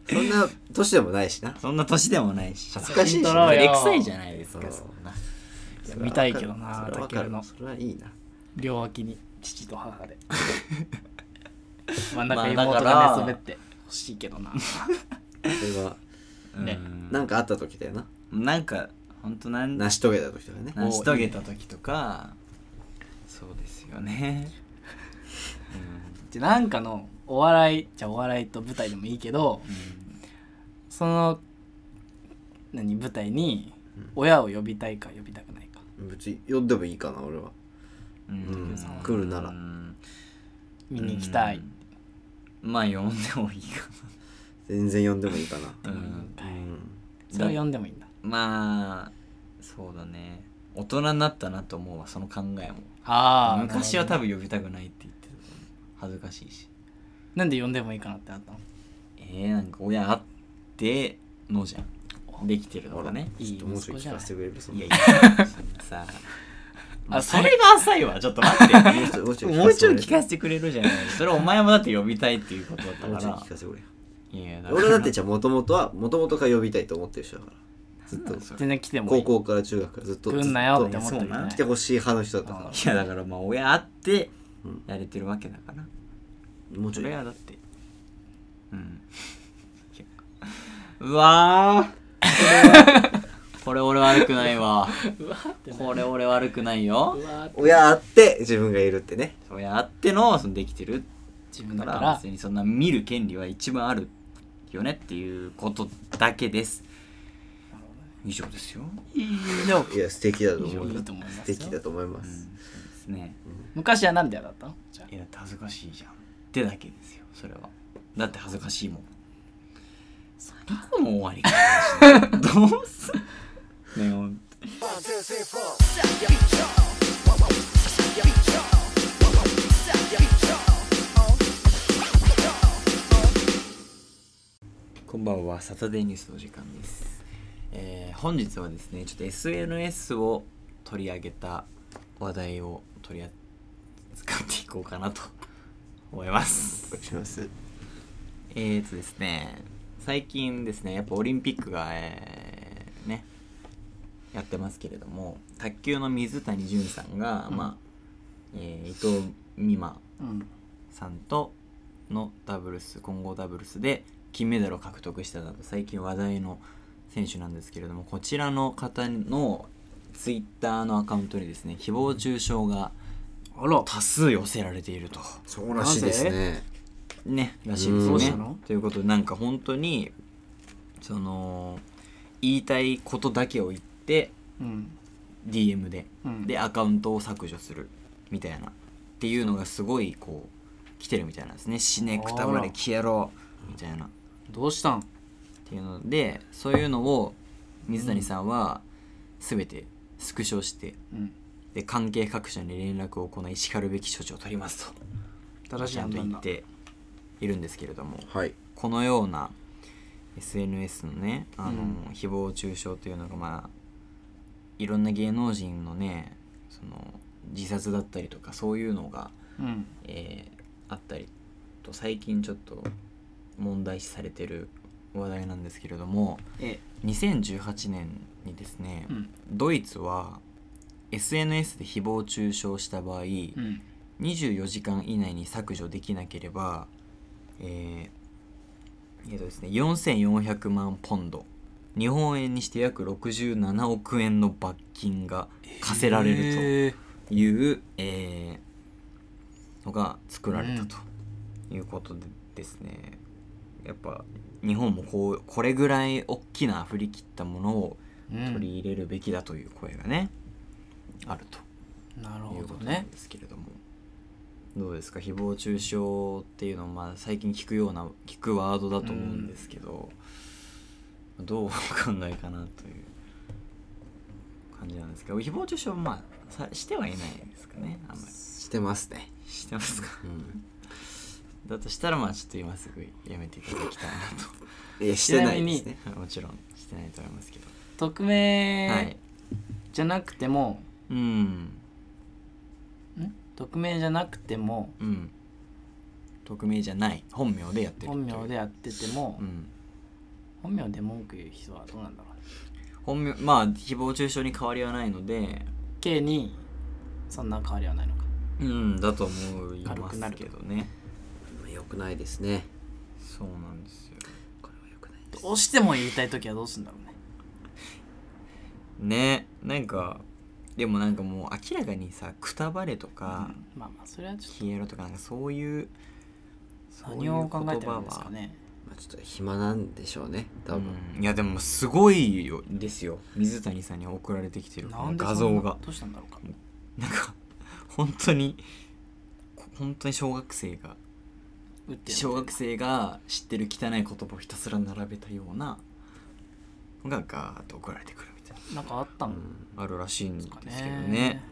Speaker 2: そんな年でもないしな
Speaker 3: そんな年でもないし恥
Speaker 2: ずかしいし
Speaker 3: 照れくさいじゃないですか
Speaker 2: うん
Speaker 3: そんな
Speaker 1: や見たいけどな
Speaker 2: それはわか
Speaker 1: タケル
Speaker 2: る
Speaker 1: の
Speaker 2: それはいいな
Speaker 1: 両脇に父と母で 真ん中に
Speaker 3: まあだ
Speaker 1: 妹
Speaker 3: か
Speaker 1: が
Speaker 3: ら
Speaker 1: 寝そべって欲しいけどな
Speaker 2: それは
Speaker 1: ね
Speaker 3: うん
Speaker 2: なんかあった時だよな
Speaker 3: なんかほんとなん
Speaker 2: 成し遂げた時とかね
Speaker 3: 成し遂げた時とかそうですよね
Speaker 1: でなんかのお笑いじゃお笑いと舞台でもいいけどその何舞台に親を呼びたいか呼びたくないか
Speaker 2: 別に呼んでもいいかな俺は
Speaker 3: うんうん
Speaker 2: うん来るなら
Speaker 3: うん
Speaker 1: 見に行きたい
Speaker 3: うんまあ呼んでもいいか
Speaker 2: 全然呼んでもいいかな
Speaker 3: なうん
Speaker 2: うん
Speaker 1: それを呼んでもいいんだ
Speaker 3: まあそうだね大人になったなと思うわその考えも
Speaker 1: ああ
Speaker 3: 昔は多分呼びたくないって言ってたと思う恥ずかしいし
Speaker 1: なんで呼んでもいいかなってあったの
Speaker 3: えー、なんか親あってのじゃんできてるのがね
Speaker 1: いい
Speaker 2: ちょっともうち
Speaker 1: 息
Speaker 2: ょ
Speaker 1: 子
Speaker 2: い
Speaker 1: じゃ
Speaker 2: 聞
Speaker 1: な
Speaker 2: か
Speaker 1: い
Speaker 2: せてくれるその
Speaker 3: いやいやそんなさ
Speaker 1: あ
Speaker 3: あ
Speaker 1: そ
Speaker 3: そ
Speaker 1: れ
Speaker 3: れが浅いわちょっと待って
Speaker 2: もうちょいもうちょい
Speaker 3: もうちょい
Speaker 2: 聞
Speaker 3: 聞
Speaker 2: か
Speaker 3: かせてくれるじゃないそれお前もだって呼びたいっていうことだっ
Speaker 2: せて
Speaker 3: た
Speaker 2: くれもう
Speaker 3: か
Speaker 2: ちょい
Speaker 3: ら
Speaker 2: 聞かせてくれ
Speaker 3: いや
Speaker 2: 俺だってじゃあもともとはもともとから呼びたいと思ってる人だからずっと
Speaker 1: 全然来てもい
Speaker 2: 高
Speaker 1: い
Speaker 2: 校から中学からずっと
Speaker 1: 来んなよって思ってる
Speaker 2: ずと
Speaker 3: そう
Speaker 1: よ
Speaker 3: な
Speaker 1: ね
Speaker 2: 来てほしい派の人だったか
Speaker 3: いやだからまあ親あって
Speaker 2: うん
Speaker 3: やれてるわけだから、
Speaker 2: らもうちょい
Speaker 3: 俺はだってうんいやうわーこれはこれ俺悪くないわこれ俺悪くないよ
Speaker 1: うわー
Speaker 2: 親あって自分がいるってね
Speaker 3: 親あってのそのできてる
Speaker 1: 自分だ
Speaker 3: だ
Speaker 1: か
Speaker 3: から
Speaker 1: ら
Speaker 3: 別にそんな見る権利は一番あるよねっていうことだけです以上ですよ
Speaker 1: でも
Speaker 2: いや素敵だと思う
Speaker 1: い
Speaker 2: よ
Speaker 1: いと思いますよ
Speaker 2: 素敵だと思いま
Speaker 3: うん
Speaker 2: す
Speaker 3: そうですね
Speaker 1: 昔はなんで嫌だったのじゃあ
Speaker 3: いやだって恥ずかしいじゃんってだけですよそれはだって恥ずかしいもんそこの終わり方だしどうすんねえほんとこんばんはサタデーニュースの時間です、えー本日はですねちょっと SNS を取り上げた話題を取り扱っていこうかなと思います
Speaker 2: お願いします
Speaker 3: えーとですね、最近ですね、やっぱオリンピックが、えーね、やってますけれども、卓球の水谷隼さんが、まあ、えー伊藤美誠
Speaker 1: うん
Speaker 3: さんとのダブルス、混合ダブルスで金メダルを獲得したなど、最近話題の選手なんですけれども、こちらの方のツイッターのアカウントにですね、誹謗中傷が
Speaker 1: あら
Speaker 3: 多数寄せられていると。
Speaker 2: そうらしいですね
Speaker 3: ねらしいです
Speaker 2: うんど
Speaker 3: よ
Speaker 1: うした
Speaker 3: ね
Speaker 1: の。
Speaker 3: ということでなんか本当にその言いたいことだけを言って
Speaker 1: うん
Speaker 3: DM で、
Speaker 1: うん
Speaker 3: でアカウントを削除するみたいなっていうのがすごいこう来てるみたいなんですね死ねくたばれ消えろみたいなっ
Speaker 1: どうしたん
Speaker 3: ていうのでそういうのを水谷さんは全てスクショして
Speaker 1: うん
Speaker 3: で関係各社に連絡を行いしかるべき処置を取りますと
Speaker 1: 正しい
Speaker 3: ちゃ
Speaker 1: 判
Speaker 3: んと
Speaker 1: 断
Speaker 3: 言
Speaker 1: だ
Speaker 3: っているんですけれども
Speaker 2: はい
Speaker 3: このような SNS のねあの、誹謗中傷というのがまあいろんな芸能人のねその自殺だったりとかそういうのが、
Speaker 1: うん
Speaker 3: えーあったりと最近ちょっと問題視されてる話題なんですけれども
Speaker 1: え
Speaker 3: 2018年にですね、
Speaker 1: うん
Speaker 3: ドイツは SNS で誹謗中傷した場合、
Speaker 1: うん
Speaker 3: 24時間以内に削除できなければえーえーとですね4400万ポンド日本円にして約67億円の罰金が課せられる
Speaker 1: る
Speaker 3: という、えーのが作られたということでですね、やっぱ日本もこうこれぐらい大きな振り切ったものを
Speaker 1: と、う
Speaker 3: 取
Speaker 1: ん、
Speaker 3: り入れるべきだという声がね、あると
Speaker 1: なる
Speaker 3: い
Speaker 1: ほ
Speaker 3: う
Speaker 1: ど
Speaker 3: ことな
Speaker 1: ね
Speaker 3: んですけれどもどうですか誹謗中傷っていうのはまあ最近聞くような聞くワードだと思うんですけど、どうお考えかなという感じなんですけど誹謗中傷はまあさしてはいないですかねあんま
Speaker 2: してますね
Speaker 3: りしてますか
Speaker 2: うん
Speaker 3: だとしたらまあちょっと今すぐやめていただきたいない
Speaker 2: やしてないですね
Speaker 3: ともちろんしてないと思いますけど、
Speaker 1: 匿
Speaker 3: はい
Speaker 1: 名じゃなくても、
Speaker 3: うん
Speaker 1: ん匿名じゃなくても
Speaker 3: うん匿名じゃない本名でやってると
Speaker 1: 本
Speaker 3: いう
Speaker 1: 名でやってても、
Speaker 3: うん
Speaker 1: 本名で文句言う人はどうなんだろうね
Speaker 3: 本名まあ誹謗中傷に変わりはないので
Speaker 1: K にそんな変わりはないのか
Speaker 3: うんだと思い
Speaker 1: 軽
Speaker 3: ま
Speaker 1: く
Speaker 3: す
Speaker 1: なる
Speaker 3: けどね
Speaker 2: よくないですね
Speaker 3: そうなんですよ
Speaker 2: これはよくないです
Speaker 1: どうしても言いたい時はどうするんだろうね
Speaker 3: ねなんかでもなんかもう明らかにさくたばれとか、
Speaker 1: うんまあまあそれはちょっ
Speaker 3: 消えろとかなんかそういう
Speaker 1: と何を考えてるんですか
Speaker 3: そういう言葉は
Speaker 1: ね
Speaker 2: まあちょっと暇なんでしょうね多分、
Speaker 3: うんいやでもすごいよですよ水谷さんに送られてきてるこ
Speaker 1: な
Speaker 3: の
Speaker 1: んでそんな
Speaker 3: 画像が
Speaker 1: どうしたんだろうか
Speaker 3: なんか本当に本当に小学生が
Speaker 1: 打って
Speaker 3: 小学
Speaker 1: 生
Speaker 3: 生が知ってる汚い言葉をひたすら並べたようなのがガーッと送られてくるみたい
Speaker 1: なんかあったので
Speaker 3: なあるらしいんです
Speaker 1: す
Speaker 3: け
Speaker 1: か
Speaker 3: ど
Speaker 1: ね
Speaker 3: ね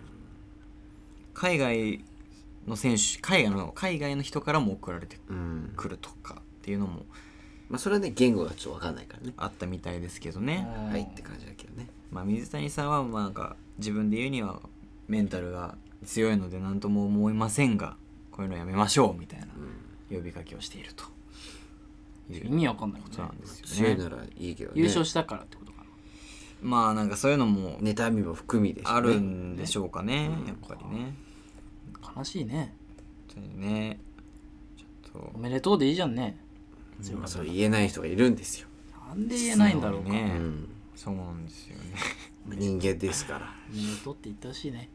Speaker 3: 海外の選手海外の海外の人からも送られて
Speaker 2: うん
Speaker 3: くるとかっていうのも
Speaker 2: まあそれはね言語がちょっとわかんないからね
Speaker 3: あったみたいですけどね、
Speaker 1: うん
Speaker 2: はいって感じだけどね
Speaker 3: まあ、水谷さんはまあなんか自分で言うにはメンタルが強いので何とも思いませんがこういうのやめましょうみたいな呼びかけをしているという
Speaker 1: 意味わかんないこ
Speaker 3: ことと
Speaker 1: ね
Speaker 3: なんですよね。
Speaker 2: 強いならいいけどね
Speaker 1: 優勝したからってことかな
Speaker 3: まあなんかそういうのも
Speaker 2: 妬みも含みでしょ
Speaker 3: あ
Speaker 2: うね
Speaker 3: るんでしょうかね
Speaker 2: うん
Speaker 3: やっぱりね
Speaker 1: 悲しいね
Speaker 3: 本当にねちょっ
Speaker 1: お
Speaker 3: と
Speaker 1: めでとうでいいじゃんね
Speaker 2: まあそう言えない人がいるんですよ、
Speaker 1: なんで言えないんだろうか
Speaker 3: 素直にね
Speaker 2: うん、
Speaker 3: そうなんですよね
Speaker 2: 人間ですから
Speaker 1: おめでとうって言ってほしいね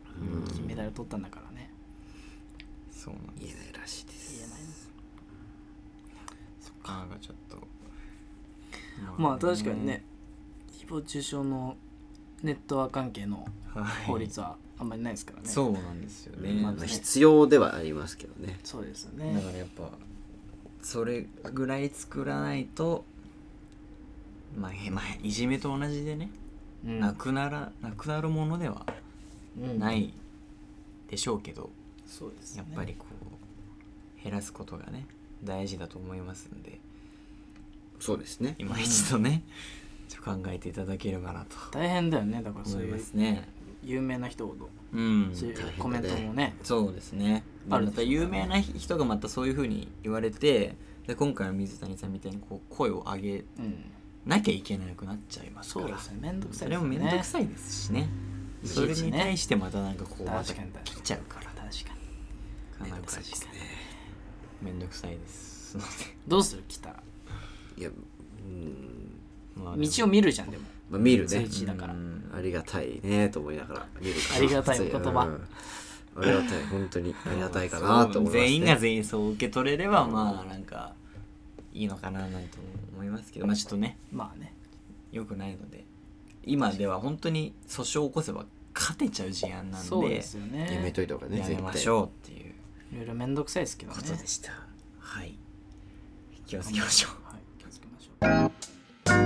Speaker 1: 金メダル取ったんだからね
Speaker 3: そうなん
Speaker 2: 言
Speaker 3: です
Speaker 2: えないらしいです
Speaker 1: 言えない
Speaker 3: なんかちょっと
Speaker 1: まあ確かにね誹謗中傷のネットワーク関係の
Speaker 3: はい
Speaker 1: 法律はあんまりないですからね、
Speaker 3: そうなんですよね
Speaker 2: まあ
Speaker 1: ね
Speaker 2: 必要ではありますけどね
Speaker 1: そうですよ
Speaker 3: だか
Speaker 1: ね
Speaker 3: らやっぱそれぐらい作らないとまあ、へまあ、いじめと同じでね、
Speaker 1: うん
Speaker 3: なくならなくなるものではな
Speaker 1: うん
Speaker 3: いでしょうけど、
Speaker 1: そうです
Speaker 3: や
Speaker 1: よ
Speaker 3: っ
Speaker 1: ね
Speaker 3: ぱりこう減らすことがね大事だと思いますんで
Speaker 2: そうですね
Speaker 3: 今一度ね、ちょっと考えていただければなと
Speaker 1: 大変だよねだからそ
Speaker 3: 思
Speaker 1: う
Speaker 3: い
Speaker 1: い
Speaker 3: ま
Speaker 1: う
Speaker 3: すね
Speaker 1: 有名な人ほど
Speaker 3: うん
Speaker 1: そうい
Speaker 2: 大変だ
Speaker 1: う
Speaker 2: ね
Speaker 1: コメントもね
Speaker 3: そうですね
Speaker 1: あ
Speaker 3: ま
Speaker 1: るん
Speaker 3: た
Speaker 1: ですよね
Speaker 3: 有名な人がまたそういうふうに言われてで今回の水谷さんみたいにこう声を上げ
Speaker 1: うん
Speaker 3: なきゃいけなくなっちゃいますか
Speaker 1: そ
Speaker 3: ら
Speaker 1: うですねめんどくさ
Speaker 3: そ
Speaker 1: いで
Speaker 3: れ
Speaker 1: す
Speaker 3: も
Speaker 1: よ
Speaker 3: 面倒
Speaker 1: ね
Speaker 3: くさいですしねそれに対してまたなんかこうまた
Speaker 1: 確かに確かに
Speaker 3: 来ちゃうから
Speaker 1: 確かに
Speaker 3: 面倒くさいですね面倒くさいですので
Speaker 1: どうする来たら
Speaker 2: いやうん、
Speaker 3: まあでも
Speaker 1: 道を見るじゃんでも
Speaker 2: まあ、見るね
Speaker 1: 通知だから
Speaker 3: うん
Speaker 2: ありがたいねと思いながら見るから
Speaker 1: ありがたいお言葉
Speaker 2: うんありがたい本当にありがたいかなと思います、ね、
Speaker 3: 全員が全員そう受け取れればまあなんかいいのかななんて思いますけどまあちょっとね
Speaker 1: まあね
Speaker 3: よくないので今では本当に訴訟を起こせば勝てちゃう事案なんで
Speaker 1: そうですよね
Speaker 2: やめといた方がね
Speaker 3: やめまし
Speaker 2: う
Speaker 3: ょうっていう
Speaker 1: いろいろ面倒くさいですけどね
Speaker 3: ことでした、はい気をつけましょう
Speaker 1: はい気をつけましょう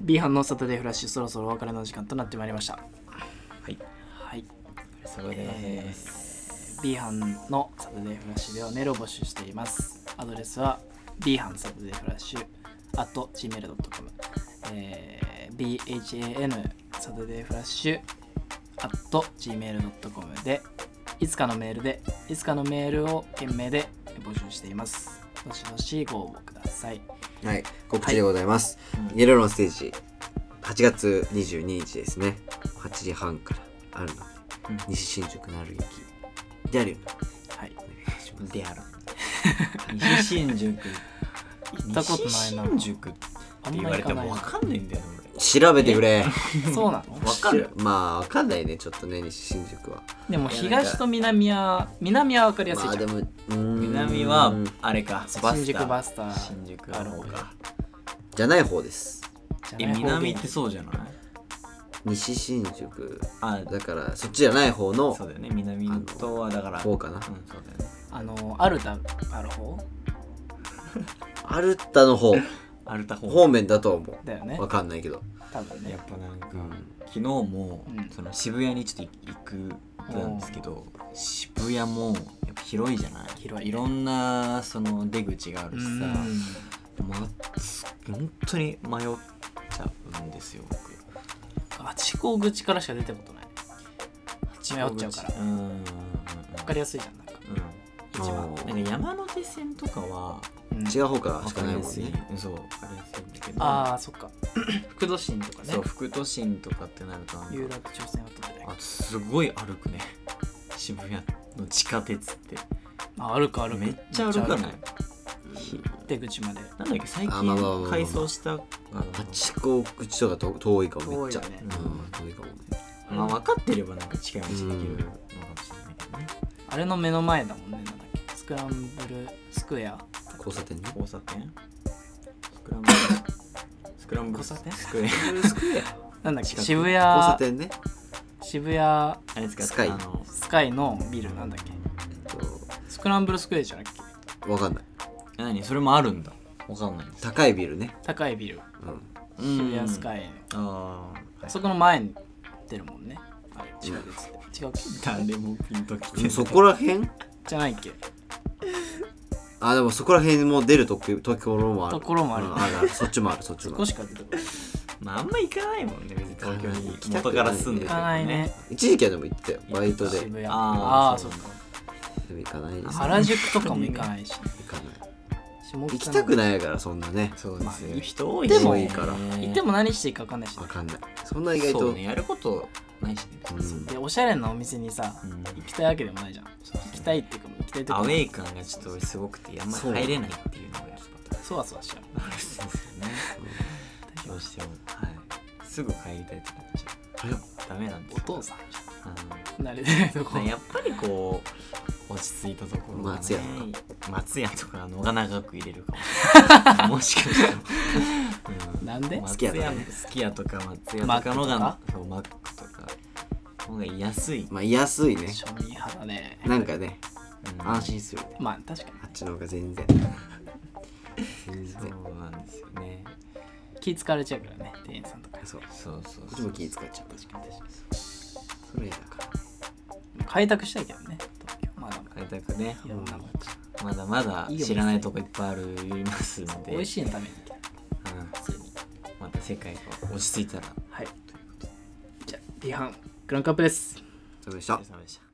Speaker 1: ビーハンのサタデーフラッシュそろそろお別れの時間となってまいりました
Speaker 3: はい
Speaker 1: はい
Speaker 3: それでございます、
Speaker 1: B 班のサタデーフラッシュではメールを募集していますアドレスは B 班サタデーフラッシュ at gmail.com、えー、BHAN サタデーフラッシュ at gmail.com でいつかのメールでいつかのメールを件名で募集していますどしどしご応募くださ い
Speaker 2: はい告知でございます、イエローのステージ8月22日ですね8時半からあるので、
Speaker 3: うん
Speaker 2: 西新宿なる劇であるよう
Speaker 1: はい
Speaker 2: にお願いします
Speaker 3: であろう西新宿行
Speaker 1: ったことないな
Speaker 3: 新宿って
Speaker 1: あん
Speaker 3: 言
Speaker 1: ま
Speaker 3: わ
Speaker 1: 行
Speaker 3: れて
Speaker 1: かない
Speaker 3: も
Speaker 1: な
Speaker 3: 分かんないんだよね
Speaker 2: 調べてくれ
Speaker 1: そうなの
Speaker 3: 俺分かる
Speaker 2: まあわかんないねちょっとね西新宿は
Speaker 1: でも東と南は南は分かりやすい
Speaker 2: まあ
Speaker 1: じゃ
Speaker 2: で
Speaker 1: ん、
Speaker 2: もうーん
Speaker 3: 南はあれかバスター
Speaker 1: 新宿バスター
Speaker 3: 新宿の方か
Speaker 2: じゃない方です
Speaker 1: じ
Speaker 3: え
Speaker 1: ゃない方言
Speaker 3: 南ってそうじゃない
Speaker 2: 西新宿
Speaker 3: あ
Speaker 2: だからそっちじゃない方の
Speaker 3: そうだよね南とはだから
Speaker 2: 方かな
Speaker 3: うんそうだよね
Speaker 1: あのアルタある方
Speaker 2: アルタの方
Speaker 3: アルタ方
Speaker 2: 方面だと思
Speaker 1: だよ
Speaker 2: う
Speaker 1: ね
Speaker 2: わかんないけど
Speaker 1: 多分ね
Speaker 3: やっぱなんか、昨日も、
Speaker 1: うん
Speaker 3: その渋谷にちょっと行く行ったんですけど渋谷もやっぱ広いじゃない
Speaker 1: 広いね
Speaker 3: ろんなその出口があるしさ、ま、本当に迷っちゃうんですよ僕
Speaker 1: あちこ口からしか出たことない迷っちゃうから
Speaker 3: うんうんうんうん
Speaker 1: 分かりやすいじゃんなんか一番
Speaker 2: あー
Speaker 3: うんなんか山手線とかは
Speaker 2: 違う方から
Speaker 3: わ
Speaker 2: しかないもんね
Speaker 3: うんそうわかりやすいんだけど
Speaker 1: ああそっか 副都心とかね
Speaker 3: そう副都心とかってなるとなんか
Speaker 1: 有楽町線を取ってない
Speaker 3: あすごい歩くね 渋谷の地下鉄って
Speaker 1: あ歩く歩く
Speaker 3: めっちゃ歩かない
Speaker 1: 出口まで
Speaker 3: なんだっけ最
Speaker 2: あまあまあまあま
Speaker 3: 近
Speaker 2: あ
Speaker 3: 改装したあの
Speaker 2: 八甲口とかと遠いかもめっちゃ
Speaker 1: 遠いよね
Speaker 2: うん遠いかもね
Speaker 3: まあ分かってればなんか近い道できるのかもしれないけどね
Speaker 1: あれの目の前だもんねなんだっけスクランブルスクエア
Speaker 2: 交差点ね
Speaker 3: 交差点スクランブルスクランブル
Speaker 1: 交差点
Speaker 3: スクエア
Speaker 1: な んだっけ
Speaker 3: 近く
Speaker 1: 渋
Speaker 2: 交差
Speaker 1: 谷
Speaker 2: 点ね
Speaker 1: 渋谷
Speaker 3: あれですか
Speaker 2: スカイ
Speaker 3: あの
Speaker 1: スカイのビルなんだっけ
Speaker 2: えっ
Speaker 1: スクランブルスクエアじゃなくて
Speaker 2: とわかんない
Speaker 3: 何それもあるんだわかんないです
Speaker 2: 高いビルね
Speaker 1: 高いビル
Speaker 2: うん
Speaker 1: 渋谷スカ
Speaker 3: イ
Speaker 1: イ
Speaker 3: ああ
Speaker 1: そこの前に出るもんねあれ地下鉄って違うっけ
Speaker 3: 誰もピンときて
Speaker 2: うんそこら辺
Speaker 1: じゃないっけ
Speaker 2: あでもそこら辺も出るとこところもある
Speaker 1: ところもある
Speaker 2: うんあるそっちもあるそっち
Speaker 1: そ
Speaker 2: もあ
Speaker 1: こ
Speaker 2: る
Speaker 1: しか出てこない
Speaker 3: まああんま行かないもんね別に東京に
Speaker 2: 行きたくない
Speaker 3: 元から住んで
Speaker 1: 行
Speaker 3: て
Speaker 1: かないね
Speaker 2: 一時期はでも行ってたよバイトで
Speaker 1: 渋谷
Speaker 3: あー
Speaker 1: ああ
Speaker 3: そ
Speaker 1: そう
Speaker 3: う
Speaker 1: か
Speaker 2: でも行かないです
Speaker 1: 原宿とかも行かないしね
Speaker 2: 行かない
Speaker 1: 下北
Speaker 2: 行きたくないからそんなね
Speaker 3: そうですよ、
Speaker 1: まあ
Speaker 3: 人多い
Speaker 1: でも
Speaker 3: ね
Speaker 1: いい
Speaker 2: から
Speaker 1: 行っても何していいか分かんないしね
Speaker 2: わかんないそんな意外
Speaker 3: そ
Speaker 2: と
Speaker 3: うねやることないしね
Speaker 2: うん
Speaker 1: でおしゃれなお店にさ
Speaker 3: うん
Speaker 1: 行きたいわけでもないじゃん行きたいっていうか行きたいと
Speaker 3: アウ
Speaker 1: こ
Speaker 3: ェイ感がちょっと俺すごくてあんまり入れないっていうのがやっ
Speaker 1: そわそわしちゃう
Speaker 3: ぱあるんですよねどうしてもはいすぐ帰りたいってなっちゃうダメなんです
Speaker 1: お
Speaker 3: よ
Speaker 1: 父さんじゃ
Speaker 3: う
Speaker 1: ん慣れてないとこ
Speaker 3: んやっぱりこう落ち着いたところが、ね、
Speaker 2: 松屋
Speaker 3: 松屋とか野が長く入れるかもしれないもしかしたら、う
Speaker 1: なんで
Speaker 3: 松
Speaker 2: き家とか
Speaker 3: 屋
Speaker 2: ね
Speaker 3: 好き屋とか松屋と
Speaker 1: マッ
Speaker 3: か
Speaker 1: クと
Speaker 3: のが
Speaker 1: か
Speaker 3: そうマックとかの方が安い、
Speaker 2: まあ安いね
Speaker 1: 庶民派だね
Speaker 2: なんかね
Speaker 3: うん
Speaker 2: 安心するよね
Speaker 1: まあ確かに
Speaker 2: あっちの方が全然全
Speaker 3: そ
Speaker 2: 然
Speaker 3: うなんですよね
Speaker 1: 気疲れちゃうからね店員さんとか
Speaker 2: そうこ
Speaker 3: そうそう
Speaker 2: っ
Speaker 3: そ
Speaker 2: ち
Speaker 3: う
Speaker 2: も気使っちゃう確かにそれやだから
Speaker 1: 開拓したいけどね東京まだまだ
Speaker 3: 開拓ね
Speaker 1: いろんなもん
Speaker 3: まだまだ
Speaker 1: いいお店
Speaker 3: 知らないとこいっぱいあるますので
Speaker 1: 美味しいの食べに行きたい
Speaker 3: うん
Speaker 1: 普通に
Speaker 3: また世界が落ち着いたら
Speaker 1: はいじゃあ B 班クランクアップです
Speaker 2: そうでした
Speaker 3: お疲れ様でした